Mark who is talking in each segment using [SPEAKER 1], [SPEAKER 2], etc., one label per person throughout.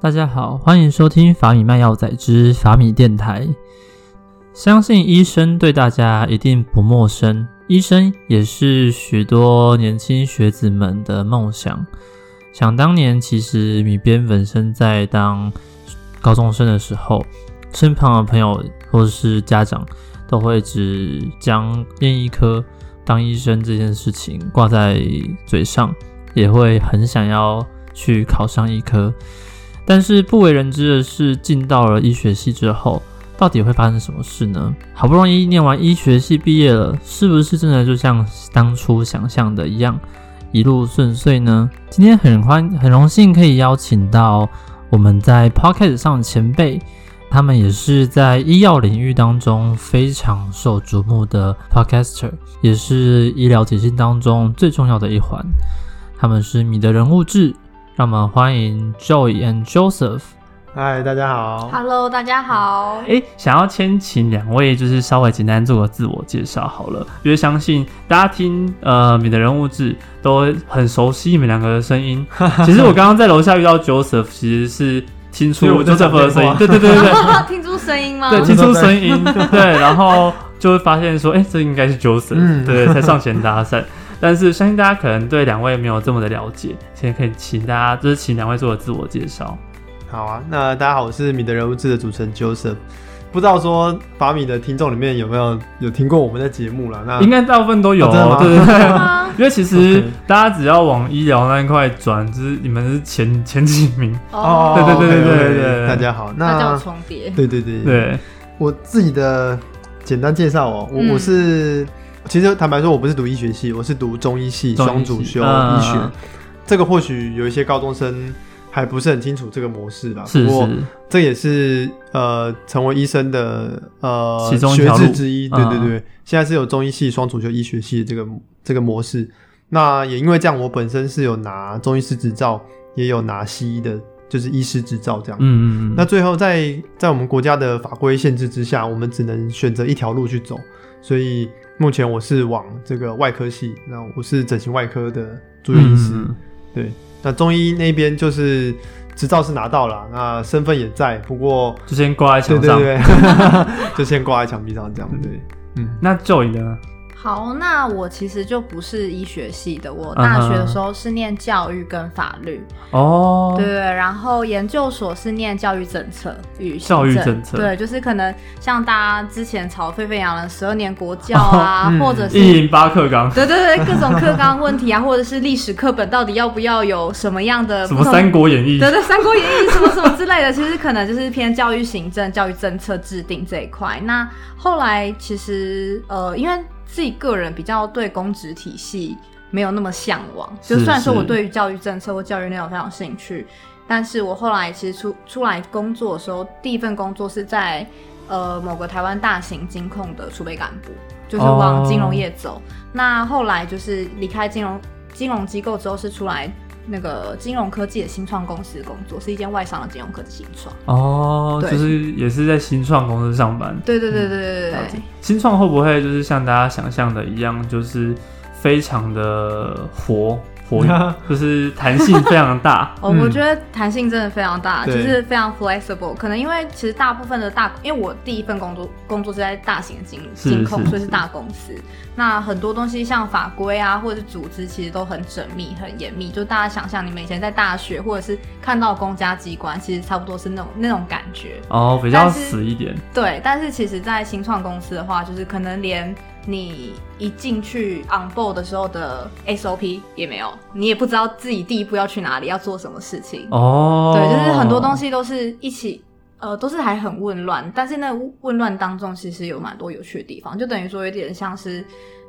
[SPEAKER 1] 大家好，欢迎收听法米卖药仔之法米电台。相信医生对大家一定不陌生，医生也是许多年轻学子们的梦想。想当年，其实米边本身在当高中生的时候，身旁的朋友或是家长都会只将念医科、当医生这件事情挂在嘴上，也会很想要去考上医科。但是不为人知的是，进到了医学系之后，到底会发生什么事呢？好不容易念完医学系毕业了，是不是真的就像当初想象的一样，一路顺遂呢？今天很欢很荣幸可以邀请到我们在 p o c k e t 上的前辈，他们也是在医药领域当中非常受瞩目的 podcaster，也是医疗体系当中最重要的一环。他们是米的人物志，让我们欢迎 Joy and Joseph。
[SPEAKER 2] 嗨，大家好。
[SPEAKER 3] Hello，大家好。
[SPEAKER 1] 哎，想要先请两位就是稍微简单做个自我介绍好了，因为相信大家听呃你的人物志都很熟悉你们两个的 声音。其实我刚刚在楼下遇到 Joseph，其实是听出
[SPEAKER 2] 因为我在
[SPEAKER 1] Joseph
[SPEAKER 2] 讲
[SPEAKER 1] 的声
[SPEAKER 2] 电
[SPEAKER 1] 音
[SPEAKER 2] 话，
[SPEAKER 1] 对对 对对嗯 对
[SPEAKER 3] 听出声音吗？
[SPEAKER 1] 对，
[SPEAKER 2] 我
[SPEAKER 1] 听
[SPEAKER 2] 在
[SPEAKER 1] 出
[SPEAKER 2] 在
[SPEAKER 1] 声音，对，然后就会发现说，哎，这应该是 Joseph，、
[SPEAKER 2] 嗯
[SPEAKER 1] 对，才上前搭讪。但是相信大家可能对两位没有这么的了解，现在可以请大家就是请两位做个自我介绍。
[SPEAKER 2] 好啊，那大家好，我是米的人物志的主持人 Joseph。不知道说法米的听众里面有没有有听过我们的节目啦？那
[SPEAKER 1] 应该大部分都
[SPEAKER 2] 哦
[SPEAKER 1] 有、
[SPEAKER 2] 真的
[SPEAKER 1] 哦
[SPEAKER 2] 吗，
[SPEAKER 1] 对对对。
[SPEAKER 3] 吗？
[SPEAKER 1] 因为其实
[SPEAKER 2] OK
[SPEAKER 1] 大家只要往医疗那一块转，就是你们是前前几名，
[SPEAKER 3] 哦，
[SPEAKER 1] 对对对对
[SPEAKER 2] OK，OK，
[SPEAKER 1] 对对
[SPEAKER 2] 大家好。
[SPEAKER 3] 那叫
[SPEAKER 2] 那
[SPEAKER 3] 重叠。
[SPEAKER 2] 对对对，
[SPEAKER 1] 对，
[SPEAKER 2] 我自己的简单介绍哦，我、
[SPEAKER 3] 嗯
[SPEAKER 2] 我是其实坦白说，我不是读医学系，我是读中医系
[SPEAKER 1] 中医
[SPEAKER 2] 双
[SPEAKER 1] 系
[SPEAKER 2] 主修
[SPEAKER 1] 嗯
[SPEAKER 2] 医学。这个或许有一些高中生还不是很清楚这个模式啦，
[SPEAKER 1] 是嗯
[SPEAKER 2] 不过
[SPEAKER 1] 是，
[SPEAKER 2] 这也是呃成为医生的呃
[SPEAKER 1] 其中一
[SPEAKER 2] 学
[SPEAKER 1] 条路
[SPEAKER 2] 制之一，对对
[SPEAKER 1] 嗯
[SPEAKER 2] 对。现在是有中医系双主修医学系这个这个模式。那也因为这样，我本身是有拿中医师执照，也有拿西医的，就是医师执照这样。
[SPEAKER 1] 嗯嗯嗯，
[SPEAKER 2] 那最后在在我们国家的法规限制之下，我们只能选择一条路去走。所以目前我是往这个外科系，那我是整形外科的住院医师。
[SPEAKER 1] 嗯嗯嗯
[SPEAKER 2] 那中医那边就是执照是拿到了，那身份也在，不过
[SPEAKER 1] 就先挂在
[SPEAKER 2] 对
[SPEAKER 1] 墙
[SPEAKER 2] 对
[SPEAKER 1] 上。
[SPEAKER 2] 对，就先挂在墙壁上这样。对，嗯，
[SPEAKER 1] 那 Joy 呢？
[SPEAKER 3] 好，那我其实就不是医学系的，我
[SPEAKER 1] 嗯
[SPEAKER 3] 大学的时候是念教育跟法律，
[SPEAKER 1] 哦，
[SPEAKER 3] 对，然后研究所是念教育政策与行
[SPEAKER 1] 教育政策
[SPEAKER 3] 对，就是可能像大家之前吵沸沸扬扬十二年国教
[SPEAKER 2] 哦
[SPEAKER 3] 啊，
[SPEAKER 2] 嗯
[SPEAKER 3] 或者是
[SPEAKER 1] 一零八课纲，
[SPEAKER 3] 对对对，各种课纲问题啊， 或者是历史课本到底要不要有什么样的
[SPEAKER 1] 什
[SPEAKER 3] 不
[SPEAKER 1] 么《
[SPEAKER 3] 同
[SPEAKER 1] 三国演义
[SPEAKER 3] 对》对，《三国演义》什么什么之类的， 其实可能就是偏教育行政、教育政策制定这一块。那后来其实呃，因为自己个人比较对公职体系没有那么向往，就是虽然说我
[SPEAKER 1] 是
[SPEAKER 3] 对于教育政策或教育内容非常有兴趣，但是我后来其实出出来工作的时候，第一份工作是在呃某个台湾大型金控的储备干部，就是往金融业
[SPEAKER 1] 哦
[SPEAKER 3] 走。那后来就是离开金融金融机构之后，是出来那个金融科技的新创公司工作，是一间外商的金融科技新创。
[SPEAKER 1] 哦，
[SPEAKER 3] 对
[SPEAKER 1] 就是也是在新创公司上班。
[SPEAKER 3] 对对对对对对
[SPEAKER 1] 了解
[SPEAKER 3] 对，
[SPEAKER 1] 新创会不会就是像大家想象的一样，就是非常的活 活，就是弹性非常大
[SPEAKER 3] ？哦，我觉得弹性真的非常大，就
[SPEAKER 2] 对
[SPEAKER 3] 是非常 flexible。可能因为其实大部分的大，因为我第一份工作工作是在大型的金
[SPEAKER 1] 是
[SPEAKER 3] 金控，
[SPEAKER 1] 是
[SPEAKER 3] 所以是
[SPEAKER 1] 是
[SPEAKER 3] 大公司。那很多东西像法规啊，或者是组织，其实都很缜密、很严密。就大家想象你们以前在大学或者是看到公家机关，其实差不多是那种那种感觉。
[SPEAKER 1] 哦，比较
[SPEAKER 3] 但是
[SPEAKER 1] 死一点。
[SPEAKER 3] 对，但是其实，在新创公司的话，就是可能连你一进去 on board 的时候的 SOP 也没有，你也不知道自己第一步要去哪里，要做什么事情。
[SPEAKER 1] 哦，
[SPEAKER 3] 对，就是很多东
[SPEAKER 1] 西。
[SPEAKER 3] 西都是一起，呃，都是还很混乱。但是那混乱当中，其实有蛮多有趣的地方，就等于说有点像是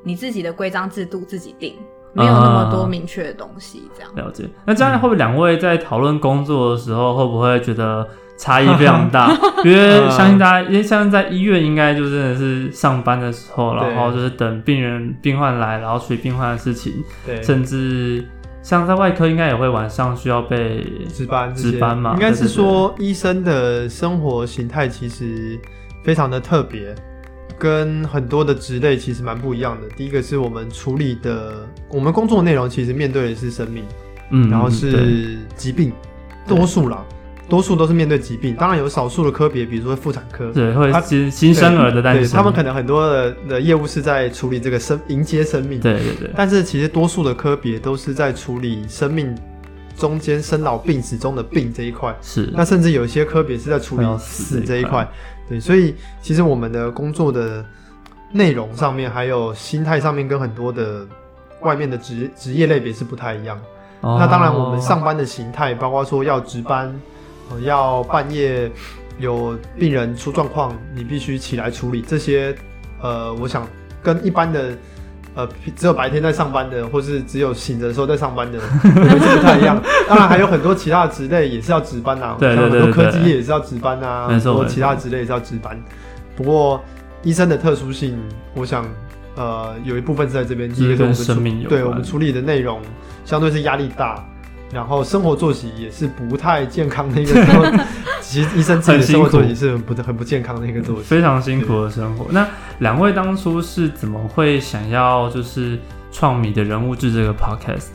[SPEAKER 3] 你自己的规章制度自己定，没有那么多
[SPEAKER 1] 啊
[SPEAKER 3] 明确的东西，这样。
[SPEAKER 1] 了解。那
[SPEAKER 2] 嗯
[SPEAKER 1] 这样会不会两位在讨论工作的时候，会不会觉得差异非常 大？因为相信大家，因为像在医院，应该就真的是上班的时候，
[SPEAKER 2] 对
[SPEAKER 1] 然后就是等病人、病患来，然后处理病患的事情，
[SPEAKER 2] 对
[SPEAKER 1] 甚至像在外科，应该也会晚上需要被
[SPEAKER 2] 值班这些
[SPEAKER 1] 值班嘛
[SPEAKER 2] 应该
[SPEAKER 1] 对
[SPEAKER 2] 是
[SPEAKER 1] 对对
[SPEAKER 2] 说医生的生活形态其实非常的特别，跟很多的职类其实蛮不一样的。第一个是我们处理的，我们工作内容其实面对的是生命，
[SPEAKER 1] 嗯，
[SPEAKER 2] 然后
[SPEAKER 1] 对
[SPEAKER 2] 是疾病，多数啦。多数都是面对疾病，当然有少数的科别，比如说妇产科，
[SPEAKER 1] 对，或者
[SPEAKER 2] 他
[SPEAKER 1] 新新生儿的诞
[SPEAKER 2] 对
[SPEAKER 1] 生，
[SPEAKER 2] 他们可能很多的的业务是在处理这个生迎接生命，
[SPEAKER 1] 对对对，
[SPEAKER 2] 但是其实多数的科别都是在处理生命中间生老病死中的病这一块，
[SPEAKER 1] 是
[SPEAKER 2] 那甚至有一些科别是在处
[SPEAKER 1] 还有
[SPEAKER 2] 理
[SPEAKER 1] 死
[SPEAKER 2] 死
[SPEAKER 1] 这
[SPEAKER 2] 这
[SPEAKER 1] 一
[SPEAKER 2] 一
[SPEAKER 1] 块
[SPEAKER 2] 块，对，所以其实我们的工作的内容上面，还有心态上面，跟很多的外面的职职业类别是不太一样。
[SPEAKER 1] 哦
[SPEAKER 2] 那当然，我们上班的形态，包括说要值班，呃、要半夜有病人出状况，你必须起来处理这些。呃，我想跟一般的呃只有白天在上班的，或是只有醒着的时候在上班的，会是不太一样。当然，还有很多其他的职类也是要值班啊，
[SPEAKER 1] 对
[SPEAKER 2] 像
[SPEAKER 1] 对对
[SPEAKER 2] 很多
[SPEAKER 1] 对
[SPEAKER 2] 科技业也是要值班啊，
[SPEAKER 1] 没
[SPEAKER 2] 很
[SPEAKER 1] 错
[SPEAKER 2] 多
[SPEAKER 1] 没错
[SPEAKER 2] 其他职类也是要值班。不过医生的特殊性，我想。呃，有一部分是在这边，
[SPEAKER 1] 就是
[SPEAKER 2] 也我
[SPEAKER 1] 跟
[SPEAKER 2] 们处
[SPEAKER 1] 生命有
[SPEAKER 2] 对我
[SPEAKER 1] 关
[SPEAKER 2] 们处理的内容相对是压力大，然后生活作息也是不太健康的一个时 候。其实医生自己的生活作息是很不很不健康的一个作息。
[SPEAKER 1] 非常辛苦的生活。那两位当初是怎么会想要就是创米的人物志这个 podcast？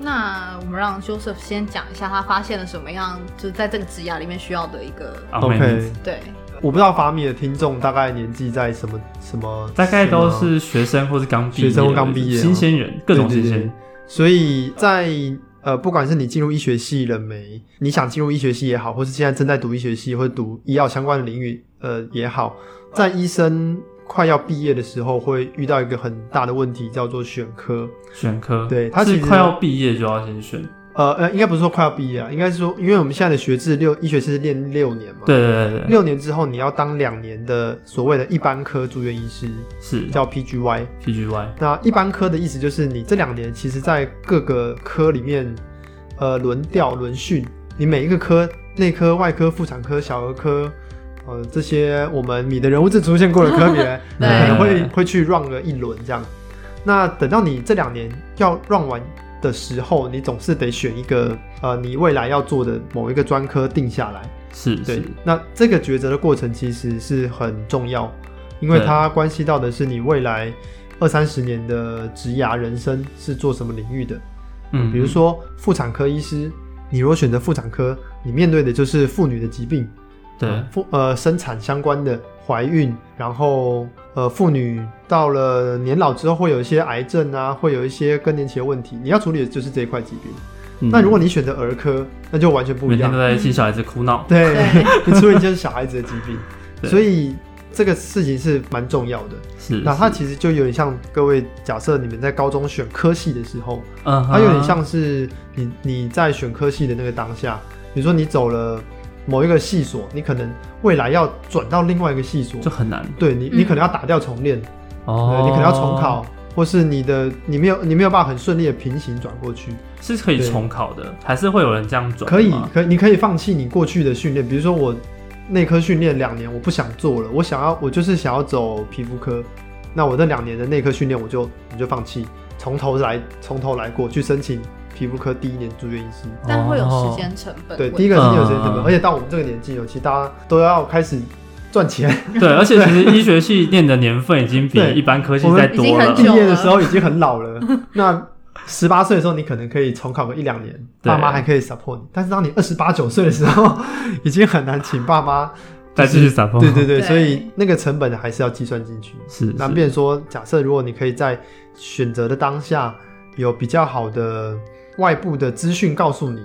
[SPEAKER 3] 那我们让 Joseph 先讲一下他发现了什么样，就是在这个职涯里面需要的一个
[SPEAKER 1] 啊
[SPEAKER 2] OK，
[SPEAKER 3] 对
[SPEAKER 2] 我不知道法米的听众大概年纪在什么什么，
[SPEAKER 1] 大概都是学生或是刚毕业的，
[SPEAKER 2] 啊学生或刚毕业啊
[SPEAKER 1] 新鲜人，各种
[SPEAKER 2] 对
[SPEAKER 1] 新
[SPEAKER 2] 对
[SPEAKER 1] 鲜
[SPEAKER 2] 对
[SPEAKER 1] 人，
[SPEAKER 2] 所以在呃，不管是你进入医学系了没，你想进入医学系也好，或是现在正在读医学系或者读医药相关的领域呃也好，在医生快要毕业的时候，会遇到一个很大的问题，叫做选科。
[SPEAKER 1] 选科，
[SPEAKER 2] 对他
[SPEAKER 1] 是
[SPEAKER 2] 其实
[SPEAKER 1] 快要毕业就要先选，
[SPEAKER 2] 呃呃，应该不是说快要毕业啊，应该是说，因为我们现在的学制六医学是练六年嘛，，
[SPEAKER 1] 对对对对，
[SPEAKER 2] 六年之后你要当两年的所谓的一般科住院医师，
[SPEAKER 1] 是
[SPEAKER 2] 叫 PGY。
[SPEAKER 1] PGY，
[SPEAKER 2] 那一般科的意思就是你这两年其实在各个科里面，呃，轮调轮训，你每一个科，内科、外科、妇产科、小儿科。呃，这些我们你的人物志出现过的科别，你
[SPEAKER 3] 对
[SPEAKER 2] 可能会会去 run 个一轮这样。那等到你这两年要 run 完的时候，你总是得选一个呃，你未来要做的某一个专科定下来。
[SPEAKER 1] 是
[SPEAKER 2] 对
[SPEAKER 1] 是，，
[SPEAKER 2] 那这个抉择的过程其实是很重要，因为
[SPEAKER 1] 对
[SPEAKER 2] 它关系到的是你未来二三十年的职涯人生是做什么领域的。
[SPEAKER 1] 嗯，
[SPEAKER 2] 比如说妇产科医师，你如果选择妇产科，你面对的就是妇女的疾病，
[SPEAKER 1] 对
[SPEAKER 2] 呃妇呃生产相关的怀孕，然后呃妇女到了年老之后会有一些癌症啊，会有一些更年期的问题，你要处理的就是这一块疾病。
[SPEAKER 1] 嗯
[SPEAKER 2] 那如果你选择儿科，那就完全不
[SPEAKER 1] 每
[SPEAKER 2] 一样
[SPEAKER 1] 天都。在替小孩子哭闹，
[SPEAKER 2] 对
[SPEAKER 3] 对，
[SPEAKER 2] 你除了就是小孩子的疾
[SPEAKER 1] 对
[SPEAKER 2] 病，所以这个事情是蛮重要的。
[SPEAKER 1] 是，
[SPEAKER 2] 那它
[SPEAKER 1] 是
[SPEAKER 2] 其实就有点像各位，假设你们在高中选科系的时候，
[SPEAKER 1] 嗯，
[SPEAKER 2] 它有点
[SPEAKER 1] 哼
[SPEAKER 2] 像是你你在选科系的那个当下，比如说你走了某一个系所，你可能未来要转到另外一个系所，
[SPEAKER 1] 就很难
[SPEAKER 2] 对你
[SPEAKER 3] 嗯
[SPEAKER 2] 你可能要打掉重练，
[SPEAKER 1] 哦
[SPEAKER 2] 对，你可能要重考，或是你的你没有你没有办法很顺利的平行转过去。
[SPEAKER 1] 是可以
[SPEAKER 2] 对
[SPEAKER 1] 重考的，还是会有人这样转的
[SPEAKER 2] 可以
[SPEAKER 1] 吗，
[SPEAKER 2] 可以你可以放弃你过去的训练，比如说我内科训练两年，我不想做了，我想要我就是想要走皮肤科，那我那两年的内科训练我就我就放弃，从头来从头来过去申请皮肤科第一年住院医师。
[SPEAKER 3] 但会有时
[SPEAKER 1] 哦
[SPEAKER 3] 间成本
[SPEAKER 2] 对，
[SPEAKER 3] 问题。
[SPEAKER 2] 第一个是有时间成本，
[SPEAKER 1] 嗯
[SPEAKER 2] 而且到我们这个年纪哦，其实大家都要开始赚钱，
[SPEAKER 1] 对，而且其实医学系念的年份已经比
[SPEAKER 2] 对
[SPEAKER 1] 一般科系
[SPEAKER 2] 我们
[SPEAKER 1] 再
[SPEAKER 3] 已
[SPEAKER 1] 多
[SPEAKER 3] 经
[SPEAKER 1] 了
[SPEAKER 3] 很
[SPEAKER 2] 毕
[SPEAKER 3] 久，
[SPEAKER 2] 业的时候已经很老 了。那十八岁的时候，你可能可以重考个一两年，
[SPEAKER 1] 对
[SPEAKER 2] 爸妈还可以 support 你。但是当你二十八九岁的时候，已经很难请爸妈
[SPEAKER 1] 再继续撒泡。
[SPEAKER 2] 对对对，
[SPEAKER 3] 对嗯
[SPEAKER 2] 所以那个成本还是要计算进去。
[SPEAKER 1] 是，是
[SPEAKER 2] 那变成说，假设如果你可以在选择的当下有比较好的外部的资讯告诉你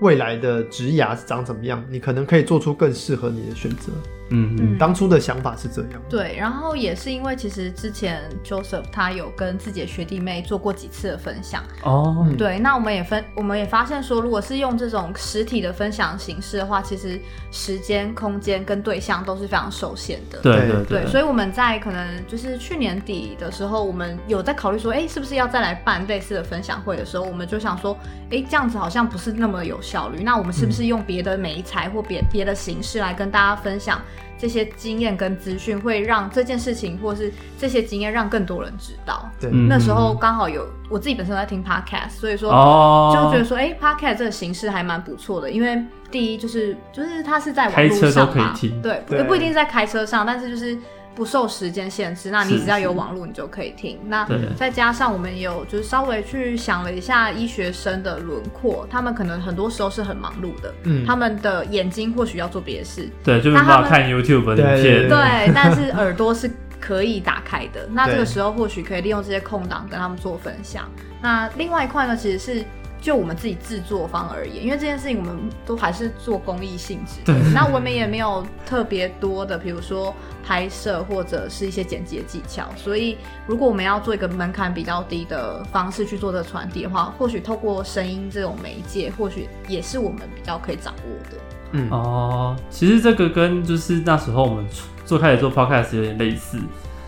[SPEAKER 2] 未来的职涯是长怎么样，你可能可以做出更适合你的选择。
[SPEAKER 1] 嗯嗯
[SPEAKER 3] 嗯
[SPEAKER 2] 当初的想法是这样，
[SPEAKER 3] 对，然后也是因为其实之前 Joseph 他有跟自己的学弟妹做过几次的分享，
[SPEAKER 1] 哦，
[SPEAKER 2] 嗯
[SPEAKER 3] 对，那我们也分，我们也发现说，如果是用这种实体的分享形式的话，其实时间、空间跟对象都是非常受限的。
[SPEAKER 1] 对
[SPEAKER 2] 对
[SPEAKER 1] 对
[SPEAKER 3] 对，所以我们在可能就是去年底的时候，我们有在考虑说，哎，是不是要再来办类似的分享会的时候，我们就想说，哎，这样子好像不是那么有效率。那我们是不是用别的媒材或别别的形式来跟大家分享这些经验跟资讯，会让这件事情或是这些经验让更多人知道？
[SPEAKER 2] 对，
[SPEAKER 1] 嗯
[SPEAKER 3] 那时候刚好有我自己本身有在听 podcast，所以说
[SPEAKER 1] 哦，
[SPEAKER 3] 就觉得说，哎、p o d c a s t 这个形式还蛮不错的，因为第一就是就是它是在网
[SPEAKER 1] 开
[SPEAKER 3] 络
[SPEAKER 1] 车都
[SPEAKER 3] 上
[SPEAKER 1] 可以
[SPEAKER 3] 嘛
[SPEAKER 1] 听，
[SPEAKER 3] 对，
[SPEAKER 2] 对
[SPEAKER 3] 也不一定是在开车上，但是就是不受时间限制，那你
[SPEAKER 1] 是
[SPEAKER 3] 只要有
[SPEAKER 1] 是
[SPEAKER 3] 网络你就可以听。那
[SPEAKER 1] 对
[SPEAKER 3] 再加上我们也有就是稍微去想了一下医学生的轮廓，他们可能很多时候是很忙碌的，
[SPEAKER 2] 嗯
[SPEAKER 3] 他们的眼睛或许要做别的事，
[SPEAKER 1] 对，就没
[SPEAKER 3] 那他
[SPEAKER 1] 办法
[SPEAKER 3] 们
[SPEAKER 1] 看 YouTube 的
[SPEAKER 2] 对
[SPEAKER 1] 影片，
[SPEAKER 3] 对，但是耳朵是可以打开 的。那这
[SPEAKER 2] 对
[SPEAKER 3] 个时候或许可以利用这些空档跟他们做分享。那另外一块呢，其实是就我们自己制作方而言，因为这件事情我们都还是做公益性质的。那我们也没有特别多的，比如说拍摄或者是一些剪辑的技巧。所以如果我们要做一个门槛比较低的方式去做这个传递的话，或许透过声音这种媒介，或许也是我们比较可以掌握的。
[SPEAKER 2] 嗯，
[SPEAKER 1] 哦，其实这个跟就是那时候我们做开始做 podcast 有点类似，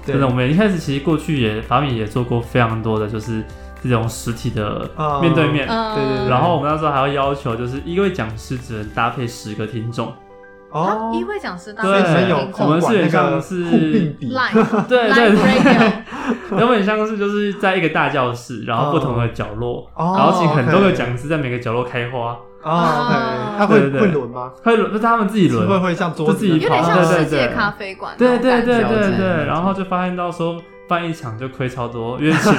[SPEAKER 2] 对
[SPEAKER 1] 真的，我们一开始其实过去也法米也做过非常多的就是这种实体的
[SPEAKER 2] 啊
[SPEAKER 1] 面对面，
[SPEAKER 3] 嗯，
[SPEAKER 2] 对对对
[SPEAKER 1] 然后我们那时候还要要求就是一位讲师只能搭配十个 听众，
[SPEAKER 3] 啊
[SPEAKER 2] 哦，，
[SPEAKER 3] 一会讲师大
[SPEAKER 1] 对
[SPEAKER 2] 所以
[SPEAKER 3] 学
[SPEAKER 2] 你们有
[SPEAKER 3] 听
[SPEAKER 1] 我
[SPEAKER 3] 众
[SPEAKER 2] 空
[SPEAKER 1] 们是
[SPEAKER 2] 管
[SPEAKER 1] 很
[SPEAKER 2] 那
[SPEAKER 1] 像
[SPEAKER 2] 个
[SPEAKER 1] 是
[SPEAKER 2] 互并比
[SPEAKER 3] Line
[SPEAKER 1] 对对，
[SPEAKER 3] Live Radio，
[SPEAKER 1] 有点像是就是在一个大教室，然后不同的角落，
[SPEAKER 2] 哦
[SPEAKER 1] 然后请很多个
[SPEAKER 2] OK
[SPEAKER 1] 讲师在每个角落开花，
[SPEAKER 2] 哦
[SPEAKER 3] 啊
[SPEAKER 2] ，OK，他
[SPEAKER 1] 对
[SPEAKER 2] 会
[SPEAKER 1] 对
[SPEAKER 2] 会轮吗？
[SPEAKER 1] 会轮，就他们自己
[SPEAKER 2] 会
[SPEAKER 1] 轮，
[SPEAKER 2] 会像桌
[SPEAKER 1] 就自
[SPEAKER 2] 子
[SPEAKER 1] 己
[SPEAKER 2] 那
[SPEAKER 1] 跑
[SPEAKER 3] 有
[SPEAKER 2] 种
[SPEAKER 3] 点
[SPEAKER 2] 吗
[SPEAKER 1] 对
[SPEAKER 3] 像
[SPEAKER 1] 对
[SPEAKER 3] 世界
[SPEAKER 1] 对
[SPEAKER 3] 咖啡馆那
[SPEAKER 1] 对
[SPEAKER 3] 种感
[SPEAKER 1] 对对
[SPEAKER 3] 觉，
[SPEAKER 2] 了
[SPEAKER 1] 对
[SPEAKER 2] 解
[SPEAKER 1] 对
[SPEAKER 2] 了解，
[SPEAKER 1] 然后就发现到说办一场就亏超多，因为 请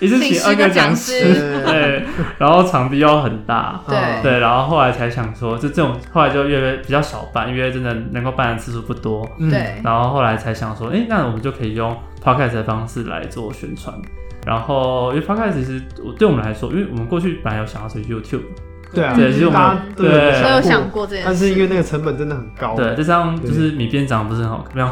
[SPEAKER 1] 一次
[SPEAKER 3] 请
[SPEAKER 1] 请
[SPEAKER 3] 十
[SPEAKER 1] 二
[SPEAKER 3] 个
[SPEAKER 1] 讲
[SPEAKER 3] 讲
[SPEAKER 2] 对
[SPEAKER 3] 师嗯
[SPEAKER 1] 师，
[SPEAKER 2] 对对
[SPEAKER 1] 对，然后场地又很大，
[SPEAKER 3] 对
[SPEAKER 1] 对，然后后来才想说，就这种后来就越来越比较少办，因为真的能够办的次数不多，
[SPEAKER 2] 嗯
[SPEAKER 3] 对
[SPEAKER 1] 然后后来才想说，哎、那我们就可以用 podcast 的方式来做宣传。然后，因为 podcast 其实我对我们来说，因为我们过去本来有想要去 YouTube，
[SPEAKER 2] 对啊，
[SPEAKER 1] 对其实我们
[SPEAKER 2] 大家都有
[SPEAKER 1] 对
[SPEAKER 3] 都有
[SPEAKER 2] 想
[SPEAKER 3] 想
[SPEAKER 2] 过，
[SPEAKER 3] 过这件事，
[SPEAKER 2] 但是因为那个成本真的很
[SPEAKER 3] 哦
[SPEAKER 2] 高，
[SPEAKER 1] 对，再加上就是米店长不是很好，没有，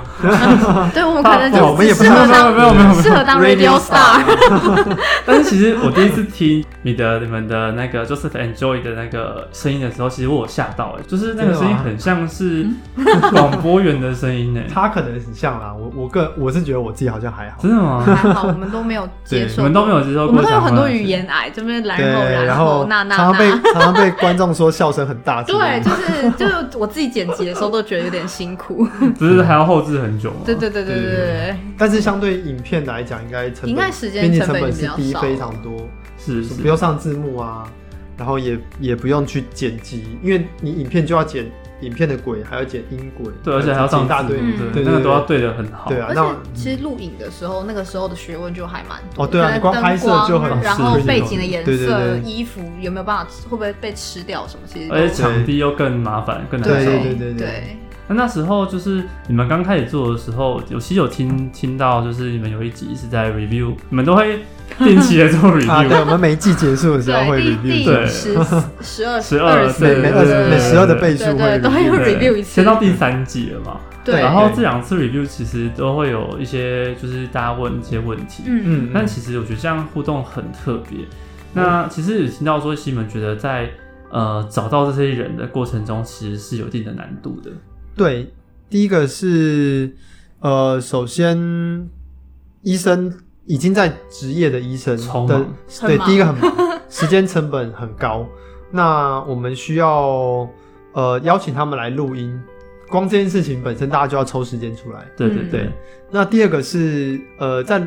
[SPEAKER 3] 对我们可能
[SPEAKER 1] 哦
[SPEAKER 2] 我
[SPEAKER 3] 就
[SPEAKER 2] 们也
[SPEAKER 3] 只
[SPEAKER 2] 不
[SPEAKER 3] 适合
[SPEAKER 2] 是
[SPEAKER 1] 没有没有没有没
[SPEAKER 3] 当
[SPEAKER 1] 有
[SPEAKER 3] 适合当
[SPEAKER 2] Radio
[SPEAKER 3] radio star，
[SPEAKER 1] 但是其实我第一次听你的你们的那个 Joseph and Joy 的那个声音的时候，其实我有吓到、哎，就是那个声音很像是 广播员的声音、哎，
[SPEAKER 2] 他可能很像啦。我我个我是觉得我自己好像还好，
[SPEAKER 1] 真的吗？
[SPEAKER 3] 还好我们都 没有接
[SPEAKER 2] 对
[SPEAKER 1] 你
[SPEAKER 3] 受，
[SPEAKER 1] 们都没有。接受
[SPEAKER 3] 我
[SPEAKER 1] 过
[SPEAKER 3] 们会有
[SPEAKER 1] 相关
[SPEAKER 3] 很
[SPEAKER 1] 的
[SPEAKER 3] 多
[SPEAKER 1] 事
[SPEAKER 3] 语言癌，这边然
[SPEAKER 2] 对，
[SPEAKER 3] 后
[SPEAKER 2] 然
[SPEAKER 3] 后
[SPEAKER 2] 后
[SPEAKER 3] 那那
[SPEAKER 2] 常常被
[SPEAKER 3] 那，
[SPEAKER 2] 常常被观众说笑声很大之类
[SPEAKER 3] 对，
[SPEAKER 2] 的，
[SPEAKER 3] 就是就是我自己剪辑的时候都觉得有点辛苦，
[SPEAKER 1] 只是还要后置很久嘛。
[SPEAKER 3] 对对对对对对
[SPEAKER 2] 但是相对影片来讲，应该成本
[SPEAKER 3] 应该时间
[SPEAKER 2] 编辑
[SPEAKER 3] 成
[SPEAKER 2] 成
[SPEAKER 3] 本
[SPEAKER 2] 本
[SPEAKER 3] 比
[SPEAKER 2] 是
[SPEAKER 3] 较
[SPEAKER 2] 低
[SPEAKER 3] 少
[SPEAKER 2] 非常多，
[SPEAKER 1] 是是
[SPEAKER 2] 不用上字幕啊，然后也也不用去剪辑，因为你影片就要剪影片的轨，还要剪音轨，
[SPEAKER 1] 对，而且还要
[SPEAKER 2] 剪
[SPEAKER 1] 上
[SPEAKER 2] 一大堆
[SPEAKER 1] 字幕
[SPEAKER 3] 嗯
[SPEAKER 1] 对，
[SPEAKER 2] 对
[SPEAKER 1] 那个
[SPEAKER 2] 对
[SPEAKER 1] 都要对的很好。
[SPEAKER 2] 对啊
[SPEAKER 3] 而
[SPEAKER 2] 那
[SPEAKER 3] 且其实录影的时候，那个时候的学问就还蛮多。
[SPEAKER 2] 哦对啊
[SPEAKER 3] 可能
[SPEAKER 2] 你光拍摄
[SPEAKER 3] 灯光
[SPEAKER 2] 就很
[SPEAKER 3] 然
[SPEAKER 1] 是
[SPEAKER 3] 后
[SPEAKER 1] 是
[SPEAKER 3] 背景的颜色、
[SPEAKER 2] 对对对哎
[SPEAKER 3] 衣服有没有办法，会不会被吃掉什么？其实都
[SPEAKER 1] 而且场地又更麻烦，更难
[SPEAKER 2] 对
[SPEAKER 1] 找
[SPEAKER 2] 对。对对
[SPEAKER 3] 对
[SPEAKER 1] 那那时候就是你们刚开始做的时候，有其实有听听到，就是你们有一集是在 review，你们都会定期 的做
[SPEAKER 2] 啊，对，
[SPEAKER 1] review，
[SPEAKER 2] 我们每一季结束的时候会
[SPEAKER 3] 第
[SPEAKER 2] review，
[SPEAKER 3] 第
[SPEAKER 1] 对
[SPEAKER 3] 十 十二
[SPEAKER 1] 12
[SPEAKER 2] 每每二
[SPEAKER 1] 对
[SPEAKER 2] 十每十二的倍数
[SPEAKER 3] 对
[SPEAKER 2] 会
[SPEAKER 3] 对都
[SPEAKER 2] review，
[SPEAKER 3] 会 review 一
[SPEAKER 1] 先
[SPEAKER 3] 次，
[SPEAKER 1] 到第三季了嘛。
[SPEAKER 3] 对，
[SPEAKER 1] 然后这两次 review 其实都会有一些，就是大家问一些问题。
[SPEAKER 3] 嗯
[SPEAKER 2] 嗯，
[SPEAKER 1] 但其实我觉得这样互动很特别。那其实有听到说西门觉得在呃找到这些人的过程中，其实是有一定的难度的。
[SPEAKER 2] 对，第一个是呃，首先医生已经在职业的医生
[SPEAKER 1] 超
[SPEAKER 2] 的
[SPEAKER 1] 忙
[SPEAKER 2] 对
[SPEAKER 3] 很，忙
[SPEAKER 2] 第一个很 忙时间成本很高。那我们需要呃邀请他们来录音，光这件事情本身大家就要抽时间出来。
[SPEAKER 1] 对对
[SPEAKER 3] 嗯
[SPEAKER 1] 对，
[SPEAKER 2] 那第二个是呃，在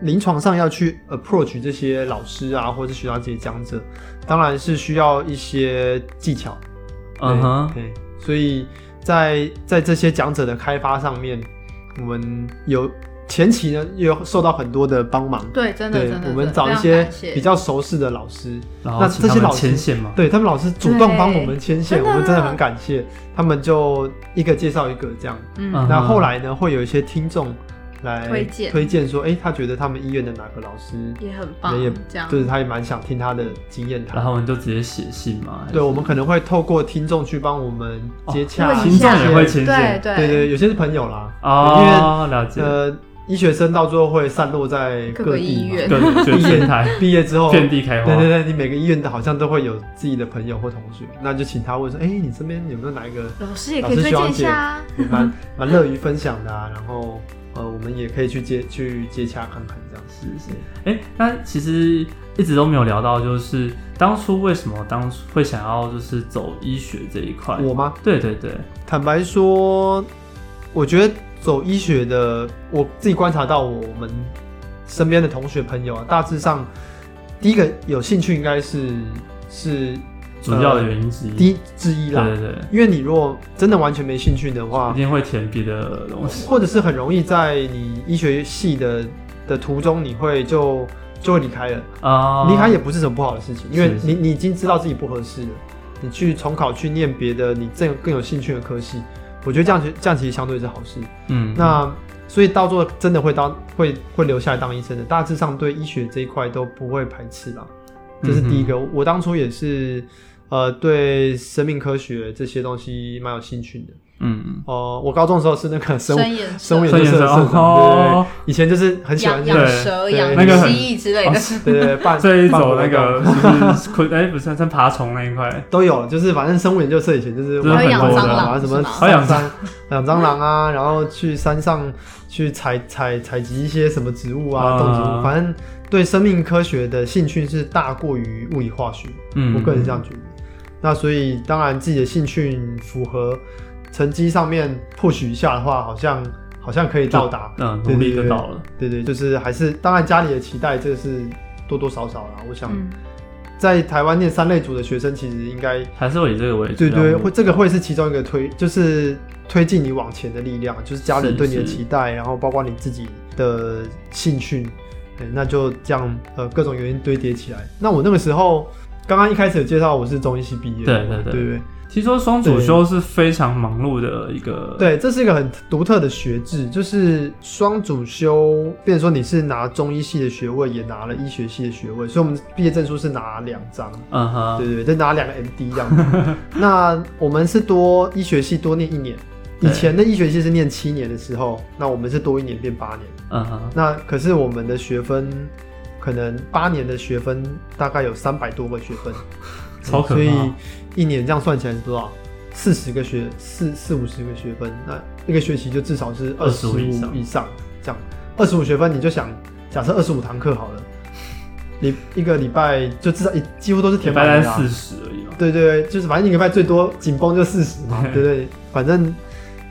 [SPEAKER 2] 临床上要去 approach 这些老师啊，或者是学长姐讲者，当然是需要一些技巧。
[SPEAKER 1] 嗯哼，
[SPEAKER 2] 对，对所以在在这些讲者的开发上面，我们有前期呢也有受到很多的帮忙。
[SPEAKER 3] 对，真的真的，
[SPEAKER 2] 我们
[SPEAKER 3] 真的
[SPEAKER 2] 找一
[SPEAKER 3] 非常
[SPEAKER 2] 些
[SPEAKER 3] 感谢
[SPEAKER 2] 比较熟识的老师，
[SPEAKER 1] 然后
[SPEAKER 2] 那
[SPEAKER 1] 请
[SPEAKER 2] 这
[SPEAKER 1] 他
[SPEAKER 2] 些
[SPEAKER 1] 们
[SPEAKER 2] 老师
[SPEAKER 1] 牵线嘛，
[SPEAKER 2] 对他们老师主动帮我们牵线，
[SPEAKER 3] 对
[SPEAKER 2] 我们
[SPEAKER 3] 真
[SPEAKER 2] 真
[SPEAKER 3] 的
[SPEAKER 2] 的很感谢。他们就一个介绍一个这样。
[SPEAKER 1] 嗯
[SPEAKER 3] 嗯
[SPEAKER 2] 那后来呢，会有一些听众来
[SPEAKER 3] 推荐
[SPEAKER 2] 推荐说，哎、他觉得他们医院的哪个老师
[SPEAKER 3] 也很棒
[SPEAKER 2] 人也，
[SPEAKER 3] 这样
[SPEAKER 2] 就是他也蛮想听他的经验
[SPEAKER 1] 然
[SPEAKER 2] 谈。
[SPEAKER 1] 后我们就直接写信嘛。还是
[SPEAKER 2] 对，我们可能会透过听众去帮我们接洽，
[SPEAKER 3] 哦问
[SPEAKER 1] 听
[SPEAKER 3] 一
[SPEAKER 1] 众
[SPEAKER 3] 下
[SPEAKER 1] 也会牵
[SPEAKER 3] 对
[SPEAKER 1] 线
[SPEAKER 2] 对
[SPEAKER 3] 对
[SPEAKER 2] 对，有些是朋友啦，
[SPEAKER 1] 哦，了解，
[SPEAKER 2] 呃，医学生到最后会散落在
[SPEAKER 3] 各
[SPEAKER 2] 各
[SPEAKER 3] 个
[SPEAKER 2] 地
[SPEAKER 3] 医
[SPEAKER 2] 嘛
[SPEAKER 3] 院
[SPEAKER 1] 各就全台
[SPEAKER 2] 毕业之后，
[SPEAKER 1] 遍
[SPEAKER 2] 对
[SPEAKER 1] 地开花。
[SPEAKER 2] 对对，你每个医院的好像都会有自己的朋友或同学，那就请他问说，哎、你身边有没有哪一个
[SPEAKER 3] 老师也可以推
[SPEAKER 2] 老
[SPEAKER 3] 荐
[SPEAKER 2] 师
[SPEAKER 3] 一
[SPEAKER 2] 希望
[SPEAKER 3] 下啊，
[SPEAKER 2] 也蛮蛮乐于分享的啊？然后呃，我们也可以去接去接洽看看这样 子。
[SPEAKER 1] 是是。哎、那其实一直都没有聊到，就是当初为什么当初会想要就是走医学这一块？
[SPEAKER 2] 我吗？
[SPEAKER 1] 对对对，
[SPEAKER 2] 坦白说，我觉得走医学的，我自己观察到我们身边的同学朋友啊，大致上第一个有兴趣应该是是
[SPEAKER 1] 主要的原因之一。
[SPEAKER 2] 第一之一啦。啊
[SPEAKER 1] 对对对，
[SPEAKER 2] 因为你如果真的完全没兴趣的
[SPEAKER 1] 一
[SPEAKER 2] 话，
[SPEAKER 1] 定会填别的 东西。
[SPEAKER 2] 或者是很容易在你医学系的的途中，你会就就会离开了。
[SPEAKER 1] 啊，
[SPEAKER 2] 离开也不是什么不好的事情，因为
[SPEAKER 1] 是是
[SPEAKER 2] 你你已经知道自己不合适了，你去重考去念别的你更更有兴趣的科系，我觉得这样其这样其实相对是好事。
[SPEAKER 1] 嗯，
[SPEAKER 2] 那所以到最后真的会当会会留下来当医生的，大致上对医学这一块都不会排斥啦。这是第一个，
[SPEAKER 1] 嗯
[SPEAKER 2] 我当初也是呃对生命科学这些东西蛮有兴趣的。
[SPEAKER 1] 嗯，
[SPEAKER 2] 哦、我高中的时候是那个生物
[SPEAKER 3] 生颜
[SPEAKER 2] 生物
[SPEAKER 3] 色
[SPEAKER 2] 研、究社的社
[SPEAKER 1] 生物研究社
[SPEAKER 2] 长，对对对
[SPEAKER 1] 哦，
[SPEAKER 2] 以前就是很喜欢这
[SPEAKER 1] 对
[SPEAKER 3] 养
[SPEAKER 2] 个，
[SPEAKER 3] 养蛇、
[SPEAKER 2] 对
[SPEAKER 3] 养
[SPEAKER 1] 那个很
[SPEAKER 3] 蜥蜴之类的，
[SPEAKER 2] 对对 对， 半
[SPEAKER 1] 所以走
[SPEAKER 2] 半
[SPEAKER 1] 那个就是 昆哎不是像爬虫那一块，
[SPEAKER 2] 都有，就是反正生物研究社以前就是
[SPEAKER 1] 真的
[SPEAKER 3] 还
[SPEAKER 1] 很
[SPEAKER 3] 有
[SPEAKER 1] 多
[SPEAKER 3] 养
[SPEAKER 1] 的
[SPEAKER 3] 蟑
[SPEAKER 2] 啊，
[SPEAKER 3] 螂
[SPEAKER 2] 什么
[SPEAKER 3] 是吗
[SPEAKER 1] 还有养
[SPEAKER 2] 上山养蟑螂啊，然后去山上去采采采集一些什么植物啊、
[SPEAKER 1] 啊
[SPEAKER 2] 动植物，反正对生命科学的兴趣是大过于物理化学，
[SPEAKER 1] 嗯，
[SPEAKER 2] 我个人是这样觉得。那所以当然自己的兴趣符合成绩上面 push 一下的话，好像好像可以到达。
[SPEAKER 1] 嗯，
[SPEAKER 2] 对
[SPEAKER 1] 努力
[SPEAKER 2] 对
[SPEAKER 1] 就到了，
[SPEAKER 2] 对对，就是还是当然家里的期待，这个是多多少少啦。我想
[SPEAKER 3] 嗯，
[SPEAKER 2] 在台湾念三类组的学生，其实应该
[SPEAKER 1] 还是会以这个为主
[SPEAKER 2] 对
[SPEAKER 1] 要目的，
[SPEAKER 2] 对，会这个会是其中一个推，就是推进你往前的力量，就是家人
[SPEAKER 1] 是
[SPEAKER 2] 对你的
[SPEAKER 1] 是
[SPEAKER 2] 期待，然后包括你自己的兴趣，对那就这样呃各种原因堆叠起来。那我那个时候刚刚一开始有介绍我是中医系毕业的
[SPEAKER 1] 对
[SPEAKER 2] 嘛，
[SPEAKER 1] 对对
[SPEAKER 2] 对对
[SPEAKER 1] 听说双主修是非常忙碌的一个，
[SPEAKER 2] 对，这是一个很独特的学制，就是双主修，变成说你是拿中医系的学位，也拿了医学系的学位，所以我们毕业证书是拿两张。
[SPEAKER 1] 嗯哼，
[SPEAKER 2] 对对，对，就拿两个 MD 这样 子。那我们是多医学系多念一年，以
[SPEAKER 1] 对
[SPEAKER 2] 前的医学系是念七年的时候，那我们是多一年变八年。
[SPEAKER 1] 嗯哼，
[SPEAKER 2] 那可是我们的学分，可能八年的学分大概有三百多个学分，
[SPEAKER 1] 超可怕
[SPEAKER 2] 所以一年这样算起来是多少？四十个学四四五十个学分，那一个学期就至少是二十五
[SPEAKER 1] 25以上
[SPEAKER 2] 以上这样。二十五学分你就想，假设二十五堂课好了，你一个礼拜就至少一几乎都是
[SPEAKER 1] 铁
[SPEAKER 2] 填
[SPEAKER 1] 白
[SPEAKER 2] 满的
[SPEAKER 1] 在
[SPEAKER 2] 啊
[SPEAKER 1] 四十而已嘛，
[SPEAKER 2] 对对，对就是反正一个礼拜最多紧绷就四十嘛，对不对？反正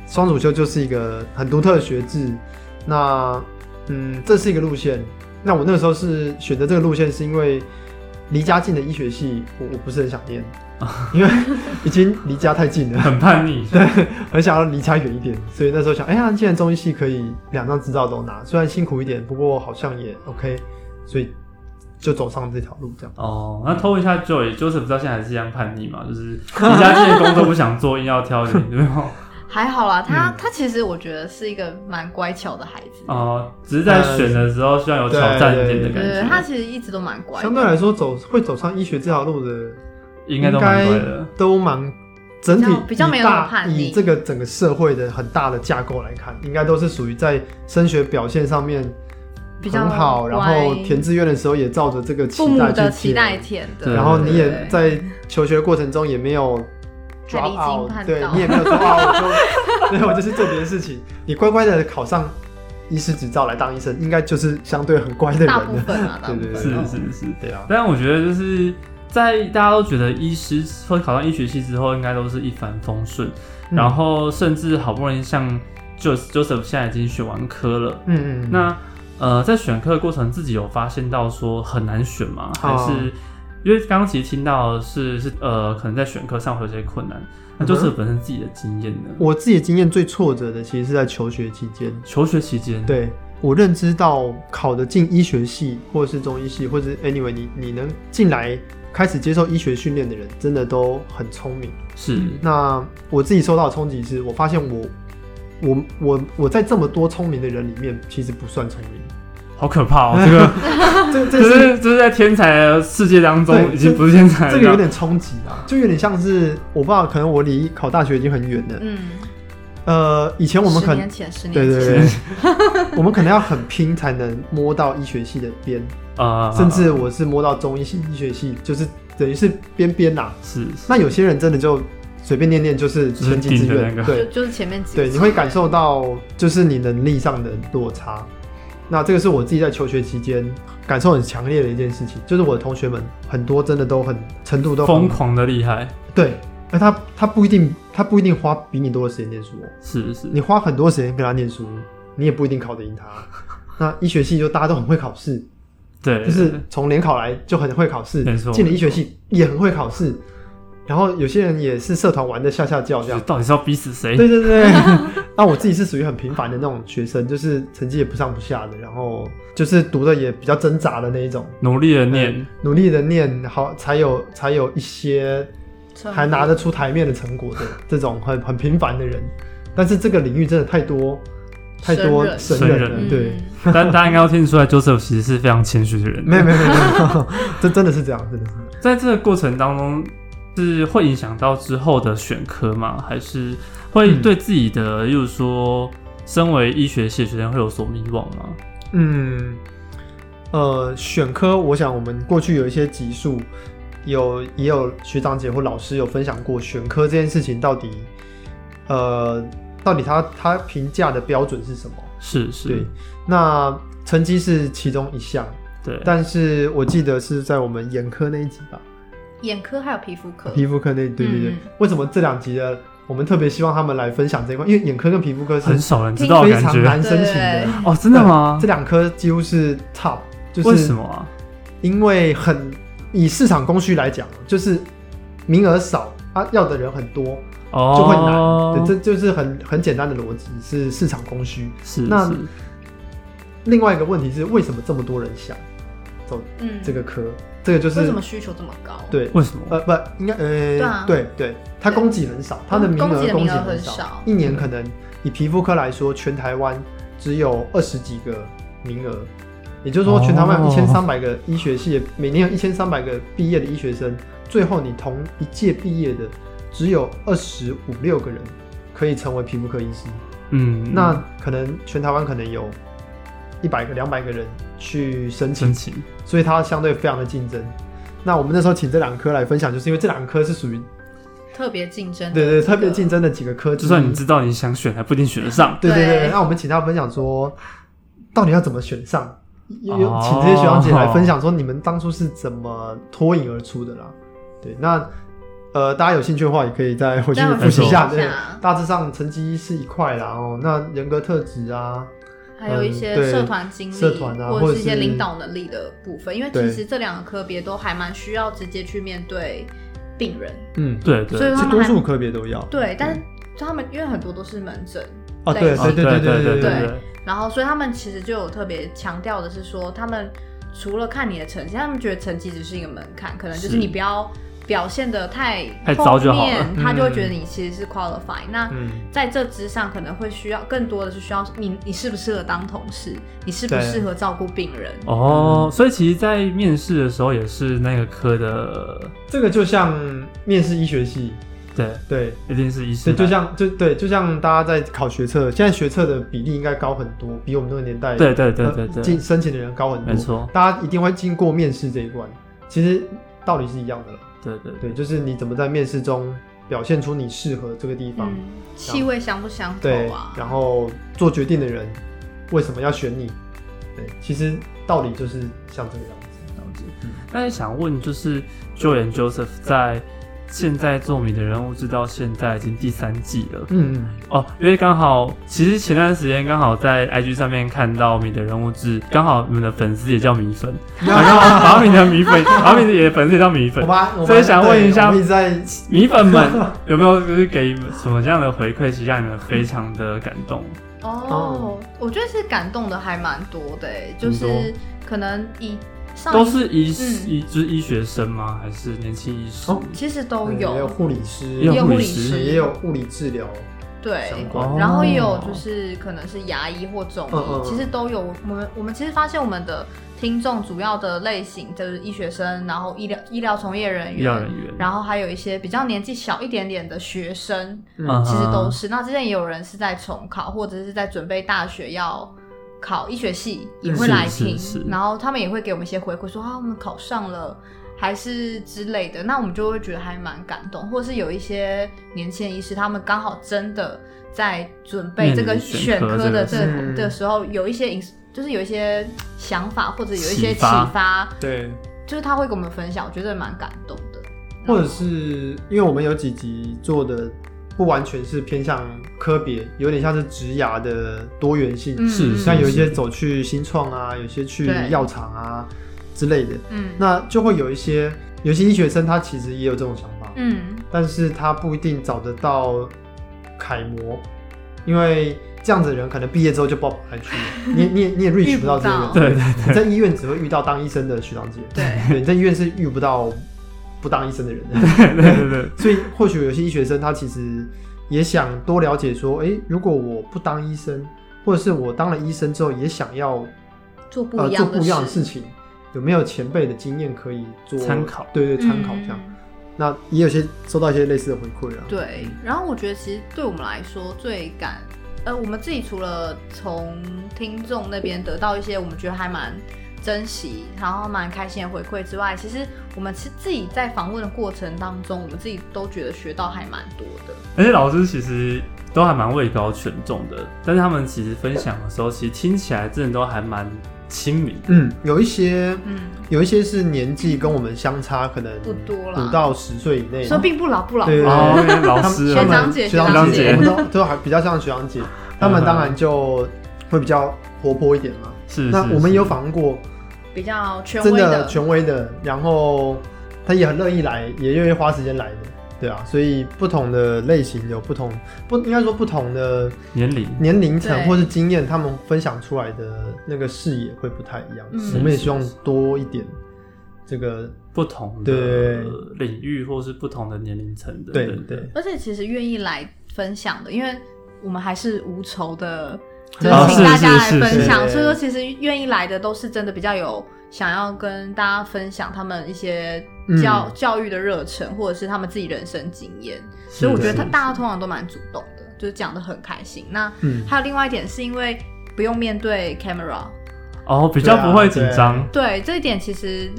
[SPEAKER 2] 双主修就是一个很独特的学制。那嗯，这是一个路线。那我那个时候是选择这个路线，是因为离家近的医学系，我我不是很想念，因为已经离家太近了，
[SPEAKER 1] 很叛逆，
[SPEAKER 2] 很想要离家远一点。所以那时候想，哎呀，既然中医系可以两张执照都拿，虽然辛苦一点，不过好像也 OK，所以就走上这条路这样。
[SPEAKER 1] 哦，那偷一下 Joy，Joseph 不知道现在还是一样叛逆嘛？就是离家近的工作不想做，硬要挑选，对吗？
[SPEAKER 3] 还好啦。他
[SPEAKER 2] 嗯
[SPEAKER 3] 他其实我觉得是一个蛮乖巧的孩子，
[SPEAKER 1] 哦，只是在选的时候需要有挑战一点的感
[SPEAKER 3] 对，他
[SPEAKER 1] 觉，
[SPEAKER 3] 其实一直都蛮乖的。
[SPEAKER 2] 相对来说，走会走上医学这条路的
[SPEAKER 1] 应该都蛮对的。
[SPEAKER 2] 都蛮整体
[SPEAKER 3] 比较比较没有那么
[SPEAKER 2] 以大
[SPEAKER 3] 叛逆
[SPEAKER 2] 以这个整个社会的很大的架构来看，应该都是属于在升学表现上面
[SPEAKER 3] 比较
[SPEAKER 2] 很好，然后填志愿的时候也照着这个期
[SPEAKER 3] 父母
[SPEAKER 2] 待去
[SPEAKER 3] 的
[SPEAKER 2] 填
[SPEAKER 3] 期待，填的，
[SPEAKER 1] 对
[SPEAKER 2] 然后你也
[SPEAKER 3] 对
[SPEAKER 2] 在求学过程中也没有
[SPEAKER 3] 太
[SPEAKER 2] 抓
[SPEAKER 3] 离经
[SPEAKER 2] out，
[SPEAKER 3] 叛道
[SPEAKER 2] 对你也 没有说啊，我就对我就是做别的事情，你乖乖的考上医师执照来当医生，应该就是相对很乖的人
[SPEAKER 3] 大部
[SPEAKER 2] 了，
[SPEAKER 3] 分啊，大部
[SPEAKER 2] 对对
[SPEAKER 3] 分
[SPEAKER 1] 是
[SPEAKER 3] 哦
[SPEAKER 1] 是是，
[SPEAKER 2] 对啊。
[SPEAKER 1] 但我觉得就是在大家都觉得医师或考上医学系之后，应该都是一帆风顺，
[SPEAKER 2] 嗯
[SPEAKER 1] 然后甚至好不容易像 Joseph Joseph 现在已经选完科了，
[SPEAKER 2] 嗯嗯嗯，
[SPEAKER 1] 那呃，在选课的过程，自己有发现到说很难选吗？还是、
[SPEAKER 2] 哦
[SPEAKER 1] 因为刚刚其实听到的是是呃，可能在选课上会有些困难，那就是本身自己的经验呢？
[SPEAKER 2] 嗯我自己的经验最挫折的其实是在求学期间，
[SPEAKER 1] 求学期间，，
[SPEAKER 2] 对我认知到考得进医学系或者是中医系，或者是 anyway 你你能进来开始接受医学训练的人，真的都很聪明。
[SPEAKER 1] 是，
[SPEAKER 2] 那我自己受到的冲击是，我发现我我我我在这么多聪明的人里面，其实不算聪明。
[SPEAKER 1] 好可怕 哦！这个
[SPEAKER 2] 这这
[SPEAKER 1] 就是 是就是在天才的世界当中，
[SPEAKER 2] 对
[SPEAKER 1] 已经不是天才了。
[SPEAKER 2] 这个有点冲击啊，就有点像是我不知道，可能我离考大学已经很远了。
[SPEAKER 3] 嗯，
[SPEAKER 2] 呃，以前我们
[SPEAKER 3] 十
[SPEAKER 2] 可能
[SPEAKER 3] 年前，十
[SPEAKER 2] 对
[SPEAKER 3] 年
[SPEAKER 2] 对
[SPEAKER 3] 前，
[SPEAKER 2] 对， 我们可能要很拼才能摸到医学系的边，
[SPEAKER 1] 啊，
[SPEAKER 2] 甚至我是摸到中医系、医学系，就是等于是边边呐。
[SPEAKER 1] 呃是
[SPEAKER 2] 那有些人真的就随便念念就是前几志
[SPEAKER 1] 就是顶
[SPEAKER 2] 愿，
[SPEAKER 1] 着那个
[SPEAKER 3] 就
[SPEAKER 2] 对
[SPEAKER 3] 就是前面几
[SPEAKER 2] 对，
[SPEAKER 3] 集
[SPEAKER 2] 你会感受到就是你能力上的落差。那这个是我自己在求学期间感受很强烈的一件事情，就是我的同学们很多真的都很程度都很
[SPEAKER 1] 疯，狂的厉害，
[SPEAKER 2] 对，而他他不一定他不一定花比你多的时间念书、哦，
[SPEAKER 1] 是是
[SPEAKER 2] 你花很多时间跟他念书，你也不一定考得赢他。那医学系就大家都很会考试，
[SPEAKER 1] 对，
[SPEAKER 2] 就是从联考来就很会考试
[SPEAKER 1] 没错，
[SPEAKER 2] 进了医学系也很会考试。然后有些人也是社团玩的下下叫这
[SPEAKER 1] 就
[SPEAKER 2] 样
[SPEAKER 1] 是。到底是要逼死谁？
[SPEAKER 2] 对对对，那我自己是属于很平凡的那种学生，就是成绩也不上不下的，然后就是读的也比较挣扎的那一种，
[SPEAKER 1] 努力的念，
[SPEAKER 2] 嗯努力的念好，才有才有一些还拿得出台面的成果的这种很很平凡的人。但是这个领域真的太多太多
[SPEAKER 1] 神
[SPEAKER 2] 神
[SPEAKER 1] 人
[SPEAKER 2] 人
[SPEAKER 1] 神
[SPEAKER 2] 了，嗯对，
[SPEAKER 3] 嗯
[SPEAKER 1] 但大家应该要听得出来，Joseph 其实是非常谦虚 的人。
[SPEAKER 2] 没有没有没有没有，这真的是这样，真的是这样。
[SPEAKER 1] 在这个过程当中，是会影响到之后的选科吗？还是会
[SPEAKER 2] 嗯
[SPEAKER 1] 对自己的，例如说，身为医学系的学生会有所迷惘吗？
[SPEAKER 2] 嗯，呃，选科，我想我们过去有一些集数，有也有学长姐或老师有分享过选科这件事情到底，呃，到底他他评价的标准是什么？
[SPEAKER 1] 是是，
[SPEAKER 2] 对，那成绩是其中一项，
[SPEAKER 1] 对
[SPEAKER 2] 但是我记得是在我们眼科那一集吧，
[SPEAKER 3] 眼科还有皮肤
[SPEAKER 1] 嗯
[SPEAKER 3] 科，
[SPEAKER 2] 皮肤科那对对对，
[SPEAKER 3] 嗯
[SPEAKER 2] 为什么这两集的我们特别希望他们来分享这一块？因为眼科跟皮肤科是
[SPEAKER 1] 很少人知道，
[SPEAKER 2] 非
[SPEAKER 1] 感
[SPEAKER 2] 常
[SPEAKER 1] 觉
[SPEAKER 2] 难申请
[SPEAKER 3] 对
[SPEAKER 2] 的，
[SPEAKER 1] 哦，真的吗
[SPEAKER 2] 这？两科几乎是 top，就是
[SPEAKER 1] 为什么啊？
[SPEAKER 2] 因为很以市场供需来讲，就是名额少，他、要的人很多，
[SPEAKER 1] 哦，
[SPEAKER 2] 就会难。对，这就是很很简单的逻辑，是市场供需。
[SPEAKER 1] 是
[SPEAKER 2] 那
[SPEAKER 1] 是
[SPEAKER 2] 另外一个问题是，为什么这么多人想走
[SPEAKER 3] 嗯，
[SPEAKER 2] 这个科？这个就
[SPEAKER 3] 为什
[SPEAKER 2] 是
[SPEAKER 3] 么需求这么高？，
[SPEAKER 2] 对，
[SPEAKER 1] 为什么？
[SPEAKER 2] 呃，不，应该呃，
[SPEAKER 3] 对啊
[SPEAKER 2] 对对，它供给很少，它的名
[SPEAKER 3] 供给
[SPEAKER 2] 额
[SPEAKER 3] 的
[SPEAKER 2] 供给
[SPEAKER 3] 名额
[SPEAKER 2] 很
[SPEAKER 3] 很少
[SPEAKER 2] 一年可能以皮肤科来说，全台湾只有二十几个名额。也就是说，全台湾
[SPEAKER 1] 哦
[SPEAKER 2] 一千三百个医学系，每年有一千三百个毕业的医学生，最后你同一届毕业的只有二十五六个人可以成为皮肤科医师。
[SPEAKER 1] 嗯，
[SPEAKER 2] 那可能全台湾可能有一百个、两百个人去申请
[SPEAKER 1] 申，请
[SPEAKER 2] 所以它相对非常的竞争。那我们那时候请这两科来分享，就是因为这两科是属于
[SPEAKER 3] 特别竞争的
[SPEAKER 2] 对
[SPEAKER 3] 这个，
[SPEAKER 2] 对特别竞争的几个科，
[SPEAKER 1] 就算你知道你想选，还不一定选得上。
[SPEAKER 2] 对对对。
[SPEAKER 3] 对
[SPEAKER 2] 那我们请他分享说，到底要怎么选上？有有
[SPEAKER 1] 哦
[SPEAKER 2] 请这些学长姐来分享说，你们当初是怎么脱颖而出的啦？对，那呃，大家有兴趣的话，也可以再回去
[SPEAKER 3] 待会
[SPEAKER 2] 复习一下。
[SPEAKER 3] 复习一
[SPEAKER 2] 对
[SPEAKER 3] 下，
[SPEAKER 2] 大致上成绩是一块啦哦，那人格特质啊，
[SPEAKER 3] 还有一
[SPEAKER 2] 嗯
[SPEAKER 3] 些
[SPEAKER 2] 对
[SPEAKER 3] 社团经历、
[SPEAKER 2] 社团啊
[SPEAKER 3] 或
[SPEAKER 2] 或者
[SPEAKER 3] 是一些
[SPEAKER 2] 是
[SPEAKER 3] 领导能力的部分，因为
[SPEAKER 2] 对
[SPEAKER 3] 其实这两个科别都还蛮需要直接去面对病人，
[SPEAKER 2] 嗯，
[SPEAKER 1] 对
[SPEAKER 3] 所以
[SPEAKER 1] 对，
[SPEAKER 2] 是
[SPEAKER 3] 他们
[SPEAKER 2] 多
[SPEAKER 3] 还
[SPEAKER 2] 数科别都要。
[SPEAKER 3] 对，但是他们因为很多都是门诊，
[SPEAKER 2] 啊，对
[SPEAKER 3] 类
[SPEAKER 1] 哦
[SPEAKER 2] 对
[SPEAKER 3] 似
[SPEAKER 2] 对
[SPEAKER 1] 对
[SPEAKER 2] 对对
[SPEAKER 1] 对对，
[SPEAKER 3] 然后所以他们其实就有特别强调的是说，他们除了看你的成绩，他们觉得成绩只是一个门槛，可能就是
[SPEAKER 1] 是
[SPEAKER 3] 你不要表现的太
[SPEAKER 1] 太糟
[SPEAKER 3] 后
[SPEAKER 1] 就好了
[SPEAKER 3] 面，他就会
[SPEAKER 2] 嗯
[SPEAKER 3] 觉得你其实是 qualify、那
[SPEAKER 2] 嗯，
[SPEAKER 3] 在这之上，可能会需要更多的是需要你，你适不适合当同事，你适不
[SPEAKER 2] 对
[SPEAKER 3] 适合照顾病人。
[SPEAKER 1] 哦，所以其实，在面试的时候也是那个科的，
[SPEAKER 2] 这个就像面试医学系，
[SPEAKER 1] 对，
[SPEAKER 2] 对，
[SPEAKER 1] 一定是医生
[SPEAKER 2] 对，
[SPEAKER 1] 来，
[SPEAKER 2] 就像就对，就像大家在考学测，现在学测的比例应该高很多，比我们那个年代
[SPEAKER 1] 对对对对
[SPEAKER 2] 呃
[SPEAKER 1] 对
[SPEAKER 2] 进，申请的人高很多。
[SPEAKER 1] 没，错，
[SPEAKER 2] 大家一定会经过面试这一关，其实道理是一样的了。
[SPEAKER 1] 对对对，
[SPEAKER 2] 对，就是你怎么在面试中表现出你适合这个地方，
[SPEAKER 3] 嗯，气味相不相投
[SPEAKER 2] 对
[SPEAKER 3] 啊，？
[SPEAKER 2] 然后做决定的人为什么要选你？对，其实道理就是像这个样子。
[SPEAKER 1] 了解。嗯那也想问，就是 Joy and Joseph 在现在做米的人物志到现在已经第三季了。
[SPEAKER 2] 嗯，嗯
[SPEAKER 1] 哦，因为刚好，其实前段时间刚好在 IG 上面看到你的人物志，刚好你们的粉丝也叫米粉， 然后把你的米粉，把你的也粉丝也叫米粉
[SPEAKER 2] 我，妈，我妈
[SPEAKER 1] 嗯所以想问一下
[SPEAKER 2] 对我们一直在
[SPEAKER 1] 米粉们有没有就是给什么这样的回馈，其实让你们非常的感动？
[SPEAKER 3] 哦，我觉得是感动的还蛮多的欸，就
[SPEAKER 1] 很
[SPEAKER 3] 是可能以上一
[SPEAKER 1] 都是医
[SPEAKER 3] 嗯
[SPEAKER 1] 医就是医学生吗？还是年轻医师？
[SPEAKER 2] 哦
[SPEAKER 3] 其实都
[SPEAKER 2] 嗯也有
[SPEAKER 3] 有，
[SPEAKER 2] 护理师，
[SPEAKER 1] 也有
[SPEAKER 3] 也有
[SPEAKER 1] 护理
[SPEAKER 3] 理
[SPEAKER 1] 师
[SPEAKER 3] 师，
[SPEAKER 2] 也有物理治疗
[SPEAKER 3] 对。
[SPEAKER 2] 相关。
[SPEAKER 1] 哦
[SPEAKER 3] 然后也有就是可能是牙医或中医，
[SPEAKER 2] 嗯嗯嗯
[SPEAKER 3] 其实都有。我们我们其实发现我们的听众主要的类型就是医学生，然后医疗医疗从业人
[SPEAKER 1] 医疗
[SPEAKER 3] 员，
[SPEAKER 1] 人员，
[SPEAKER 3] 然后还有一些比较年纪小一点点的学生，
[SPEAKER 1] 嗯
[SPEAKER 3] 其实都是。那之前也有人是在重考，或者是在准备大学要考医学系，也会来听，
[SPEAKER 1] 是是是
[SPEAKER 3] 然后他们也会给我们一些回馈，说啊，我们考上了。还是之类的，那我们就会觉得还蛮感动，或者是有一些年轻的医师，他们刚好真的在准备这个
[SPEAKER 1] 面临选
[SPEAKER 3] 选
[SPEAKER 1] 科
[SPEAKER 3] 科的
[SPEAKER 2] 这
[SPEAKER 3] 这
[SPEAKER 2] 个事
[SPEAKER 3] 的时候，有一些 ins- 就是有一些想法，或者有一些
[SPEAKER 1] 启
[SPEAKER 3] 启
[SPEAKER 1] 发
[SPEAKER 3] 发，
[SPEAKER 2] 对，
[SPEAKER 3] 就是他会跟我们分享，我觉得蛮感动的。
[SPEAKER 2] 或者是因为我们有几集做的不完全是偏向科别，有点像是植牙的多元性，
[SPEAKER 3] 嗯
[SPEAKER 1] 是
[SPEAKER 2] 像有一些走去新创啊，有些去
[SPEAKER 3] 对
[SPEAKER 2] 药厂啊之类的，
[SPEAKER 3] 嗯，
[SPEAKER 2] 那就会有一些有些医学生他其实也有这种想法，
[SPEAKER 3] 嗯，
[SPEAKER 2] 但是他不一定找得到楷模，因为这样子的人可能毕业之后就不知道跑哪里去 了，你也你也你也
[SPEAKER 3] 遇
[SPEAKER 2] reach
[SPEAKER 3] 不
[SPEAKER 2] 不到这
[SPEAKER 3] 到
[SPEAKER 2] 个，
[SPEAKER 1] 对对
[SPEAKER 2] 你在医院只会遇到当医生的学长姐，
[SPEAKER 3] 对，
[SPEAKER 2] 对，你在医院是遇不到不当医生的 人的，
[SPEAKER 1] 对对对，
[SPEAKER 2] 所以或许有些医学生他其实也想多了解说，诶，如果我不当医生，或者是我当了医生之后也想要
[SPEAKER 3] 做不
[SPEAKER 2] 呃
[SPEAKER 3] 一
[SPEAKER 2] 做
[SPEAKER 3] 样的
[SPEAKER 2] 不一样的事情，有没有前辈的经验可以做
[SPEAKER 1] 参考
[SPEAKER 2] 对对，参考
[SPEAKER 3] 嗯
[SPEAKER 2] 这样。那也有些收到一些类似的回馈啊。
[SPEAKER 3] 对，然后我觉得其实对我们来说最感，呃，我们自己除了从听众那边得到一些我们觉得还蛮珍惜，然后蛮开心的回馈之外，其实我们是自己在访问的过程当中，我们自己都觉得学到还蛮多的。
[SPEAKER 1] 而且老师其实都还蛮位高权重的，但是他们其实分享的时候，其实听起来真的都还蛮亲民。
[SPEAKER 2] 嗯，有一些
[SPEAKER 3] 嗯，
[SPEAKER 2] 有一些是年纪跟我们相差可能
[SPEAKER 3] 不多啦
[SPEAKER 2] 五到十岁以内，
[SPEAKER 3] 说并不老不老，
[SPEAKER 2] 对
[SPEAKER 1] 哦，因为老 师
[SPEAKER 3] 学
[SPEAKER 1] 啊
[SPEAKER 3] 长姐
[SPEAKER 2] 学
[SPEAKER 1] 学长
[SPEAKER 2] 长
[SPEAKER 1] 姐嗯
[SPEAKER 2] 我们都都还比较像学长姐，他们当然就会比较活泼一点嘛。
[SPEAKER 1] 是，
[SPEAKER 2] 那
[SPEAKER 1] 是
[SPEAKER 2] 我们
[SPEAKER 1] 是
[SPEAKER 2] 有访问过
[SPEAKER 3] 比较权
[SPEAKER 2] 真
[SPEAKER 3] 威
[SPEAKER 2] 的权威的，然后他也很乐意来，也愿意花时间来的，对啊，所以不同的类型有不同，不应该说不同的
[SPEAKER 1] 年龄，
[SPEAKER 2] 年龄层
[SPEAKER 3] 对
[SPEAKER 2] 或是经验，他们分享出来的那个视野会不太一样。
[SPEAKER 3] 嗯
[SPEAKER 2] 我们也
[SPEAKER 1] 是
[SPEAKER 2] 希望
[SPEAKER 1] 是
[SPEAKER 2] 多一点这个，
[SPEAKER 1] 不同的
[SPEAKER 2] 对
[SPEAKER 1] 领域或是不同的年龄层的，
[SPEAKER 2] 对
[SPEAKER 1] 对
[SPEAKER 2] 对。
[SPEAKER 3] 而且其实愿意来分享的，因为我们还是无酬的，就
[SPEAKER 2] 啊
[SPEAKER 3] 是请大家来
[SPEAKER 1] 是是是
[SPEAKER 3] 分享。
[SPEAKER 2] 是
[SPEAKER 3] 所以说，其实愿意来的都是真的比较有想要跟大家分享他们一些教、
[SPEAKER 2] 嗯
[SPEAKER 3] 教育的热忱，或者是他们自己人生经验。所以我觉得他
[SPEAKER 1] 是
[SPEAKER 3] 大家通常都蛮主动的，就是讲的很开心。那
[SPEAKER 2] 嗯，
[SPEAKER 3] 还有另外一点是因为不用面对 camera，
[SPEAKER 1] 哦，比较不会紧张，
[SPEAKER 3] 对这一点其实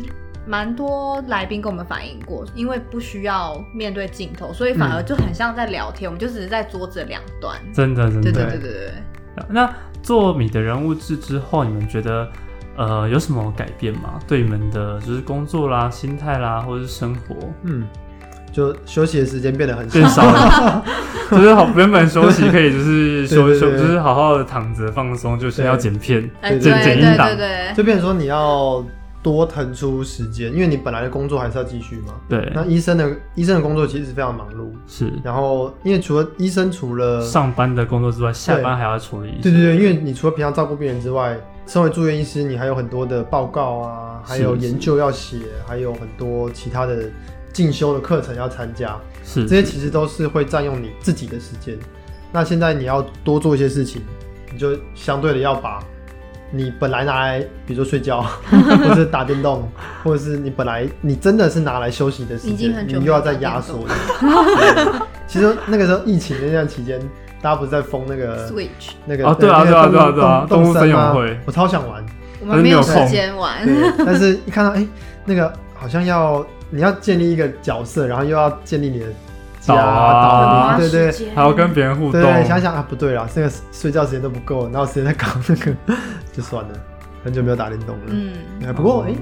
[SPEAKER 3] 蛮多来宾跟我们反映过，因为不需要面对镜头，所以反
[SPEAKER 1] 嗯
[SPEAKER 3] 而就很像在聊天，我们就只是在桌子的两端。
[SPEAKER 1] 真的真
[SPEAKER 3] 对对
[SPEAKER 1] 的。
[SPEAKER 3] 对对对，
[SPEAKER 1] 那做米的人物志之后，你们觉得呃有什么改变吗？对你们的就是工作啦、心态啦，或者是生活
[SPEAKER 2] 嗯，就休息的时间变得很
[SPEAKER 1] 变少了，就是好原本休息可以就是休
[SPEAKER 2] 对对
[SPEAKER 1] 休，
[SPEAKER 2] 对
[SPEAKER 1] 就是好好的躺着放松，就是要剪片，
[SPEAKER 3] 哎对
[SPEAKER 1] 剪剪音
[SPEAKER 3] 对
[SPEAKER 1] 档
[SPEAKER 3] 对，对，
[SPEAKER 2] 就变成说你要多腾出时间，因为你本来的工作还是要继续嘛。
[SPEAKER 1] 对，
[SPEAKER 2] 那医生的医生的工作其实非常忙碌，
[SPEAKER 1] 是
[SPEAKER 2] 然后因为除了医生除了
[SPEAKER 1] 上班的工作之外，下班还要处理一些
[SPEAKER 2] 对对对，因为你除了平常照顾病人之外，身为住院医师，你还有很多的报告啊，还有
[SPEAKER 1] 是是
[SPEAKER 2] 研究要写，还有很多其他的进修的课程要参加，
[SPEAKER 1] 是
[SPEAKER 2] 这些其实都是会占用你自己的时间。那现在你要多做一些事情，你就相对的要把你本来拿来，比如说睡 觉，或者是打电动，或者是你本来你真的是拿来休息的时
[SPEAKER 3] 已经
[SPEAKER 2] 间，
[SPEAKER 3] 很
[SPEAKER 2] 你
[SPEAKER 3] 久
[SPEAKER 2] 又
[SPEAKER 3] 没
[SPEAKER 2] 要
[SPEAKER 3] 有打
[SPEAKER 2] 再压
[SPEAKER 3] 电
[SPEAKER 2] 缩
[SPEAKER 3] 动
[SPEAKER 2] 了。 对其实那个时候疫情的那段期间，大家不是在封那个
[SPEAKER 3] Switch，
[SPEAKER 2] 那个
[SPEAKER 1] 哦对啊
[SPEAKER 2] 那个
[SPEAKER 1] 对啊
[SPEAKER 2] 动
[SPEAKER 1] 对啊
[SPEAKER 2] 动
[SPEAKER 1] 动物森
[SPEAKER 2] 森啊
[SPEAKER 1] 友会
[SPEAKER 2] 我超 想玩，
[SPEAKER 3] 我
[SPEAKER 1] 可是
[SPEAKER 3] 们
[SPEAKER 1] 呃没
[SPEAKER 3] 没
[SPEAKER 1] 有
[SPEAKER 3] 时
[SPEAKER 1] 空
[SPEAKER 3] 间玩
[SPEAKER 2] 对。， 但是一看到哎、那个好像要你要建立一个角色，然后又要建立你的家
[SPEAKER 1] 岛啊
[SPEAKER 2] 岛对对
[SPEAKER 3] 对
[SPEAKER 1] 还要跟别人互
[SPEAKER 2] 对
[SPEAKER 1] 动，
[SPEAKER 2] 对，想想啊不对啦，这个睡觉时间都不够，哪有时间在搞那个，就算了，很久没有打电动了。
[SPEAKER 3] 嗯，
[SPEAKER 2] 哎不过哎、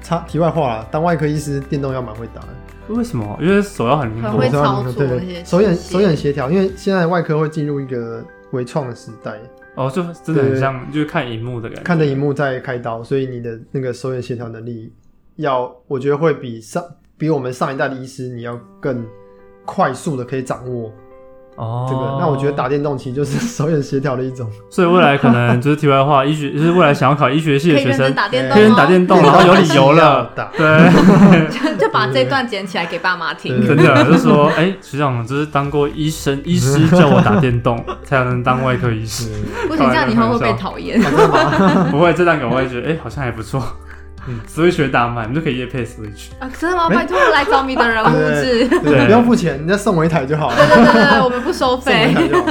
[SPEAKER 2] 插题外话啦，当外科医师电动要蛮会打的，
[SPEAKER 1] 为什么？因为手要很灵
[SPEAKER 3] 很
[SPEAKER 1] 活
[SPEAKER 3] 会，
[SPEAKER 2] 我知道
[SPEAKER 3] 操
[SPEAKER 2] 你
[SPEAKER 3] 作
[SPEAKER 2] 对
[SPEAKER 3] 那些
[SPEAKER 2] 手眼
[SPEAKER 3] 器械
[SPEAKER 2] 手眼协调，因为现在外科会进入一个微创的时代，
[SPEAKER 1] 哦，就真的很
[SPEAKER 2] 对
[SPEAKER 1] 像，就是看荧幕的感觉，
[SPEAKER 2] 看着荧幕在开刀，所以你的那个手眼协调能力要，我觉得会比上比我们上一代的医师你要更快速的可以掌握
[SPEAKER 1] 哦，
[SPEAKER 2] 这个。那我觉得打电动其实就是手眼协调的一种，，
[SPEAKER 1] 所以未来可能就是题外话，医学就是未来想要考医学系
[SPEAKER 3] 可
[SPEAKER 1] 的
[SPEAKER 3] 以
[SPEAKER 1] 学
[SPEAKER 3] 认真
[SPEAKER 1] 生，
[SPEAKER 3] 打电动，哦
[SPEAKER 1] 可以认真打电动，然后有理由了
[SPEAKER 2] 打
[SPEAKER 1] 对，
[SPEAKER 3] 动，就把这段捡起来给爸妈 听。
[SPEAKER 1] 真的就说，哎，学长就是当过医生，医师叫我打电动才能当外科医 师，
[SPEAKER 3] 不行，这样以后会被讨厌。
[SPEAKER 1] 不会这档给我会觉得，哎，好像还不错。Switch 嗯也打满，你就可以夜配 Switch。
[SPEAKER 3] 啊真的吗？拜托来找你的人物 志。对
[SPEAKER 1] 对
[SPEAKER 2] 对，不用付钱，你再送我一台就好了，
[SPEAKER 3] 对对对，我们不收
[SPEAKER 2] 送我一
[SPEAKER 3] 费。
[SPEAKER 2] 台就好。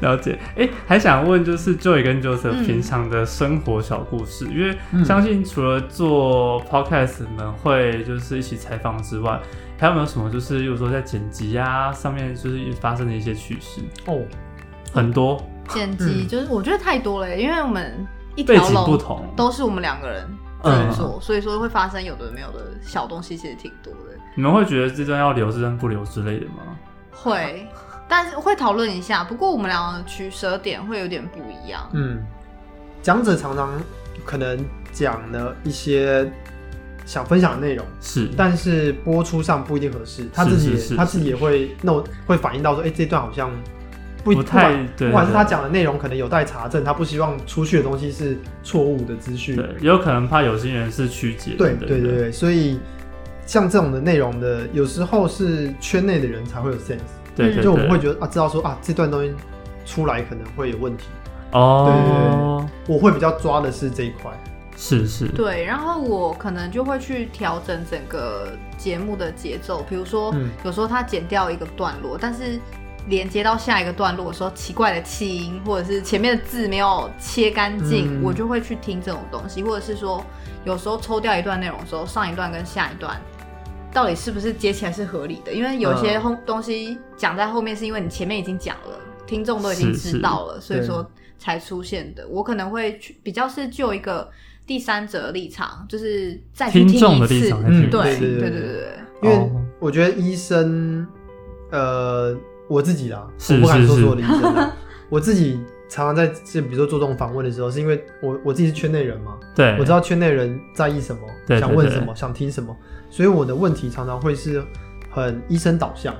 [SPEAKER 2] 对
[SPEAKER 1] 了解，哎、还想问就是 Joy 跟 Joseph
[SPEAKER 3] 嗯
[SPEAKER 1] 平常的生活小故事，因为
[SPEAKER 2] 嗯
[SPEAKER 1] 相信除了做 podcast 你们会就是一起采访之外，还有没有什么就是，例如说在剪辑啊上面就是发生的一些趣事，
[SPEAKER 2] 哦，
[SPEAKER 1] 很多
[SPEAKER 3] 剪辑就是我觉得太多了，因为我们一
[SPEAKER 1] 嗯背
[SPEAKER 3] 条
[SPEAKER 1] 景不
[SPEAKER 3] 龙
[SPEAKER 1] 同，
[SPEAKER 3] 都是我们两个人自己做，所以说会发生有的没有的小东西，其实挺多的。
[SPEAKER 1] 你们会觉得这段要留，这段不留之类的吗？
[SPEAKER 3] 会，但是会讨论一下。不过我们两个取舍点会有点不一样。
[SPEAKER 2] 嗯，讲者常常可能讲了一些想分享的内容，
[SPEAKER 1] 是，
[SPEAKER 2] 但是播出上不一定合适，他自己也
[SPEAKER 1] 是是是
[SPEAKER 2] 他自己也会那我会反映到说，哎、这段好像不
[SPEAKER 1] 不太
[SPEAKER 2] 管
[SPEAKER 1] 对
[SPEAKER 2] 不管是
[SPEAKER 1] 对
[SPEAKER 2] 他讲的内容可能有待查证，他不希望出去的东西是错误的资讯，
[SPEAKER 1] 对，也有可能怕有心人是曲解，
[SPEAKER 2] 对
[SPEAKER 1] 等等
[SPEAKER 2] 对对
[SPEAKER 1] 的，
[SPEAKER 2] 对，所以像这种的内容的，有时候是圈内的人才会有 sense，
[SPEAKER 1] 对对，
[SPEAKER 2] 就我们
[SPEAKER 1] 对
[SPEAKER 2] 会觉得啊，知道说啊，这段东西出来可能会有问题，
[SPEAKER 1] 哦，
[SPEAKER 2] 我会比较抓的是这一块。
[SPEAKER 1] 是
[SPEAKER 2] 嗯
[SPEAKER 1] 是，
[SPEAKER 3] 对，然后我可能就会去调整整个节目的节奏，比如说、
[SPEAKER 2] 嗯
[SPEAKER 3] 有时候它剪掉一个段落，但是连接到下一个段落的时候，奇怪的气音或者是前面的字没有切干净，
[SPEAKER 2] 嗯
[SPEAKER 3] 我就会去听这种东西，或者是说有时候抽掉一段内容的时候，上一段跟下一段。到底是不是接起来是合理的？因为有些
[SPEAKER 2] 嗯
[SPEAKER 3] 后东西讲在后面，是因为你前面已经讲了，听众都已经
[SPEAKER 1] 是是
[SPEAKER 3] 知道了，所以
[SPEAKER 2] 对
[SPEAKER 3] 说才出现的。我可能会去比较是就一个第三者的立场，就是再去
[SPEAKER 1] 听
[SPEAKER 3] 听一次，
[SPEAKER 1] 众的立场来听
[SPEAKER 3] 对
[SPEAKER 2] 嗯
[SPEAKER 3] 对
[SPEAKER 2] 对
[SPEAKER 3] 对
[SPEAKER 2] 对
[SPEAKER 3] 对
[SPEAKER 2] 对
[SPEAKER 3] 对
[SPEAKER 2] 因为
[SPEAKER 1] 哦
[SPEAKER 2] 我觉得医生，呃，我自己啦，
[SPEAKER 1] 是
[SPEAKER 2] 我不敢说
[SPEAKER 1] 是是
[SPEAKER 2] 所有的医生啦， 我自己常常在这，比如说做这种访问的时候，是因为我我自己是圈内人嘛，
[SPEAKER 1] 对，
[SPEAKER 2] 我知道圈内人在意什么，
[SPEAKER 1] 对对
[SPEAKER 2] 想问
[SPEAKER 1] 对
[SPEAKER 2] 什么，想听什么，所以我的问题常常会是很医生导向，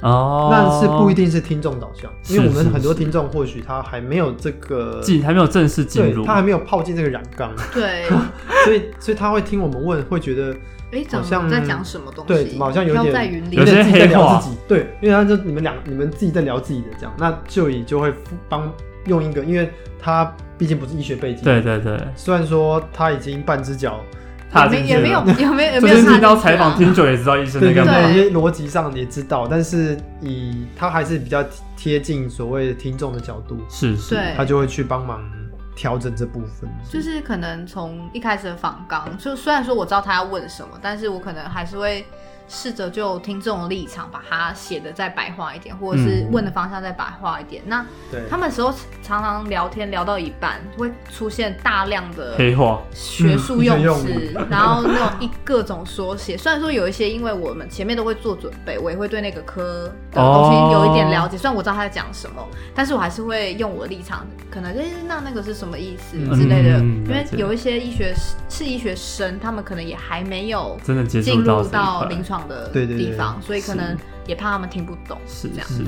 [SPEAKER 1] 哦，
[SPEAKER 2] 但是不一定是听众导向，因为
[SPEAKER 1] 是
[SPEAKER 2] 我们
[SPEAKER 1] 是
[SPEAKER 2] 很多
[SPEAKER 1] 是
[SPEAKER 2] 听众或许他还没有这个。
[SPEAKER 1] 进还没有正式进
[SPEAKER 2] 对
[SPEAKER 1] 入，
[SPEAKER 2] 他还没有泡进这个染缸，
[SPEAKER 3] 对，
[SPEAKER 2] 所以所以他会听我们问，会觉得
[SPEAKER 3] 哎，怎
[SPEAKER 2] 好像
[SPEAKER 3] 么在讲什么东西？
[SPEAKER 2] 对好像有点
[SPEAKER 3] 飘在云里
[SPEAKER 1] 有。些
[SPEAKER 2] 自己在
[SPEAKER 1] 黑化
[SPEAKER 2] 聊自己，对，因为他就你们两你们自己在聊自己的这样，那就也就会帮用一个，因为他毕竟不是医学背景，
[SPEAKER 1] 对，对对，
[SPEAKER 2] 虽然说他已经半只脚，
[SPEAKER 1] 踏
[SPEAKER 3] 没
[SPEAKER 1] 进去
[SPEAKER 3] 也没有
[SPEAKER 1] 了。
[SPEAKER 3] 有没有有
[SPEAKER 1] 昨
[SPEAKER 3] 没有
[SPEAKER 1] 天
[SPEAKER 3] 插
[SPEAKER 1] 听到
[SPEAKER 3] 进去
[SPEAKER 1] 采访
[SPEAKER 3] 啊
[SPEAKER 1] 听久也知道医生在
[SPEAKER 2] 对对
[SPEAKER 1] 干嘛，
[SPEAKER 2] 对，一些逻辑上也知道，但是以他还是比较贴近所谓听众的角度，
[SPEAKER 1] 是是，
[SPEAKER 3] 对
[SPEAKER 2] 他就会去帮忙调整这部分，
[SPEAKER 3] 就是可能从一开始的访纲，就虽然说我知道他要问什么，但是我可能还是会试着就听众的立场把它写的再白话一点，或者是
[SPEAKER 1] 嗯
[SPEAKER 3] 问的方向再白话一点。那
[SPEAKER 2] 对
[SPEAKER 3] 他们有时候常常聊天聊到一半，会出现大量的
[SPEAKER 1] 黑化，
[SPEAKER 3] 学术
[SPEAKER 2] 嗯
[SPEAKER 3] 用
[SPEAKER 2] 用
[SPEAKER 3] 词
[SPEAKER 2] 语，
[SPEAKER 3] 然后那种一各种缩 写。虽然说有一些，因为我们前面都会做准备，我也会对那个科的东西有一点
[SPEAKER 2] 哦
[SPEAKER 3] 了解。虽然我知道他在讲什么，但是我还是会用我的立场，可能诶那那个是什么意思
[SPEAKER 2] 嗯
[SPEAKER 3] 之类的。
[SPEAKER 1] 嗯
[SPEAKER 3] 因为
[SPEAKER 1] 了解
[SPEAKER 3] 有一些医学是医学生，他们可能也还没有
[SPEAKER 1] 真的接
[SPEAKER 3] 进
[SPEAKER 1] 触
[SPEAKER 3] 入
[SPEAKER 1] 这
[SPEAKER 3] 到
[SPEAKER 1] 一
[SPEAKER 3] 临
[SPEAKER 1] 块，
[SPEAKER 3] 床的
[SPEAKER 2] 对对对
[SPEAKER 3] 地方，所以可能
[SPEAKER 1] 是
[SPEAKER 3] 也怕他们听不懂。
[SPEAKER 1] 是
[SPEAKER 3] 这样
[SPEAKER 1] 是。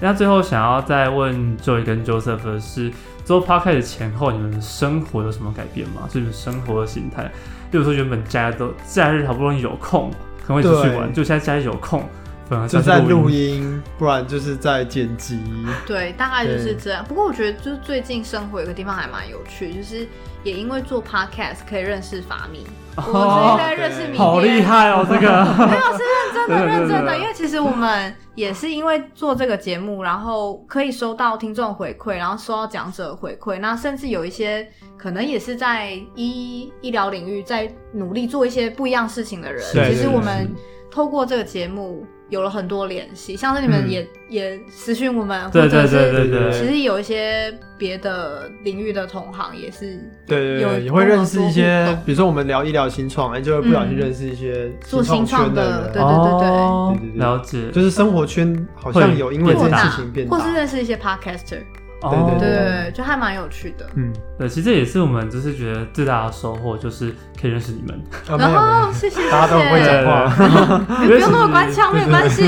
[SPEAKER 1] 那最后想要再问 Joy 跟 Joseph 的是，做 Podcast 前后你们的生活有什么改变吗？就是你们生活的形态，例如说原本假日都假日好不容易有空，可能会出去
[SPEAKER 2] 对
[SPEAKER 1] 玩，就现在假日有空，反而
[SPEAKER 2] 就
[SPEAKER 1] 像
[SPEAKER 2] 在
[SPEAKER 1] 是
[SPEAKER 2] 录
[SPEAKER 1] 音，
[SPEAKER 2] 音，不然就是在剪辑，
[SPEAKER 3] 对，大概就是
[SPEAKER 2] 对
[SPEAKER 3] 这样。不过我觉得，就是最近生活有个地方还蛮有趣，就是也因为做 podcast 可以认识法米，我
[SPEAKER 1] 哦
[SPEAKER 3] 最近在认识 米、
[SPEAKER 1] 好厉！害哦，这个
[SPEAKER 3] 没有，是认真的，
[SPEAKER 1] 真的
[SPEAKER 3] 认真
[SPEAKER 1] 真的
[SPEAKER 3] 的。因为其实我们也是因为做这个节目，然后可以收到听众回馈，然后收到讲者回馈，那甚至有一些可能也是在医医疗领域在努力做一些不一样事情的人。
[SPEAKER 2] 对
[SPEAKER 3] 其实
[SPEAKER 2] 对
[SPEAKER 3] 我
[SPEAKER 2] 对
[SPEAKER 3] 们透过这个节目有了很多联系，像是你们
[SPEAKER 2] 嗯
[SPEAKER 3] 也、也私讯我们，
[SPEAKER 1] 对对
[SPEAKER 3] 或者是
[SPEAKER 1] 对对对
[SPEAKER 3] 其实有一些别的领域的同行也是
[SPEAKER 2] 对对
[SPEAKER 3] 有
[SPEAKER 2] 对，也会认识一
[SPEAKER 3] 多
[SPEAKER 2] 些
[SPEAKER 3] 多互动，
[SPEAKER 2] 比如说我们聊医疗新创，哎，就会不小心
[SPEAKER 3] 嗯
[SPEAKER 2] 认识一些
[SPEAKER 3] 做新创
[SPEAKER 2] 圈的
[SPEAKER 3] 的
[SPEAKER 2] 人，
[SPEAKER 3] 对对对
[SPEAKER 1] 哦
[SPEAKER 2] 对对对
[SPEAKER 1] 了解，
[SPEAKER 2] 就是生活圈好像有因为这
[SPEAKER 3] 扩
[SPEAKER 2] 件
[SPEAKER 3] 大
[SPEAKER 2] 事情变，大，
[SPEAKER 3] 或是认识一些 podcaster，
[SPEAKER 1] 哦
[SPEAKER 2] 对
[SPEAKER 3] 对，就还蛮有趣的。
[SPEAKER 2] 嗯，
[SPEAKER 1] 对，其实这也是我们就是觉得最大的收获，就是可以认识你 们。
[SPEAKER 2] 啊没
[SPEAKER 3] 然
[SPEAKER 2] 有没
[SPEAKER 3] 后
[SPEAKER 2] 有，
[SPEAKER 3] 谢谢，谢
[SPEAKER 2] 大家都很会
[SPEAKER 3] 谢，
[SPEAKER 2] 讲话，
[SPEAKER 1] 不
[SPEAKER 3] 不用那么官腔，没有关系。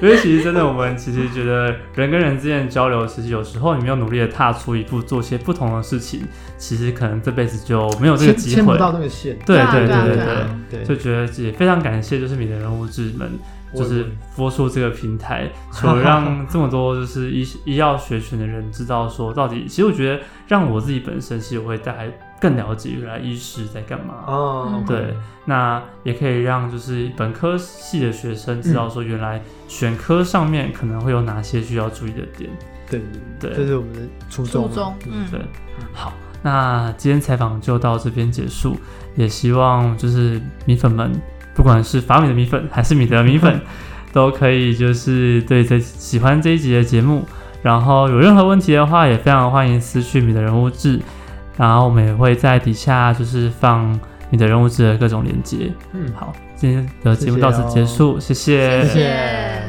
[SPEAKER 1] 因为其实真的，我们其实觉得人跟人之间的交流，其实有时候你没有努力的踏出一步，做些不同的事情，其实可能这辈子就没有这个
[SPEAKER 2] 牵
[SPEAKER 1] 机
[SPEAKER 2] 牵不
[SPEAKER 1] 会。
[SPEAKER 2] 到那个线，
[SPEAKER 1] 对
[SPEAKER 3] 对啊
[SPEAKER 1] 对
[SPEAKER 3] 对啊
[SPEAKER 1] 对
[SPEAKER 3] 对啊
[SPEAKER 2] 对
[SPEAKER 1] 就觉得也非常感谢，就是米的人物志们，
[SPEAKER 2] 我
[SPEAKER 1] 就
[SPEAKER 2] 也
[SPEAKER 1] 是播出这个平台，除了让这么多就是医医药学群的人知道说到底，其实我觉得让我自己本身其实我会带来更了解原来医师在干嘛。
[SPEAKER 2] 哦，
[SPEAKER 1] 对，那也可以让就是本科系的学生知道说，原来选科上面可能会有哪些需要注意的点。
[SPEAKER 2] 对
[SPEAKER 1] 对
[SPEAKER 2] 这是我们的 初衷
[SPEAKER 3] 初
[SPEAKER 2] 嘛，
[SPEAKER 3] 中，
[SPEAKER 2] 嗯
[SPEAKER 3] 嗯，
[SPEAKER 1] 对，好，那今天采访就到这边结束，也希望就是米粉们，不管是法米的米粉还是米德的米粉，都可以就是对这喜欢这一集的节目，然后有任何问题的话，也非常欢迎私讯米的人物志，然后我们也会在底下就是放米的人物志的各种连接。
[SPEAKER 2] 嗯，
[SPEAKER 1] 好，今天的节目到此结束，谢哦
[SPEAKER 3] 谢
[SPEAKER 1] 谢
[SPEAKER 3] 谢。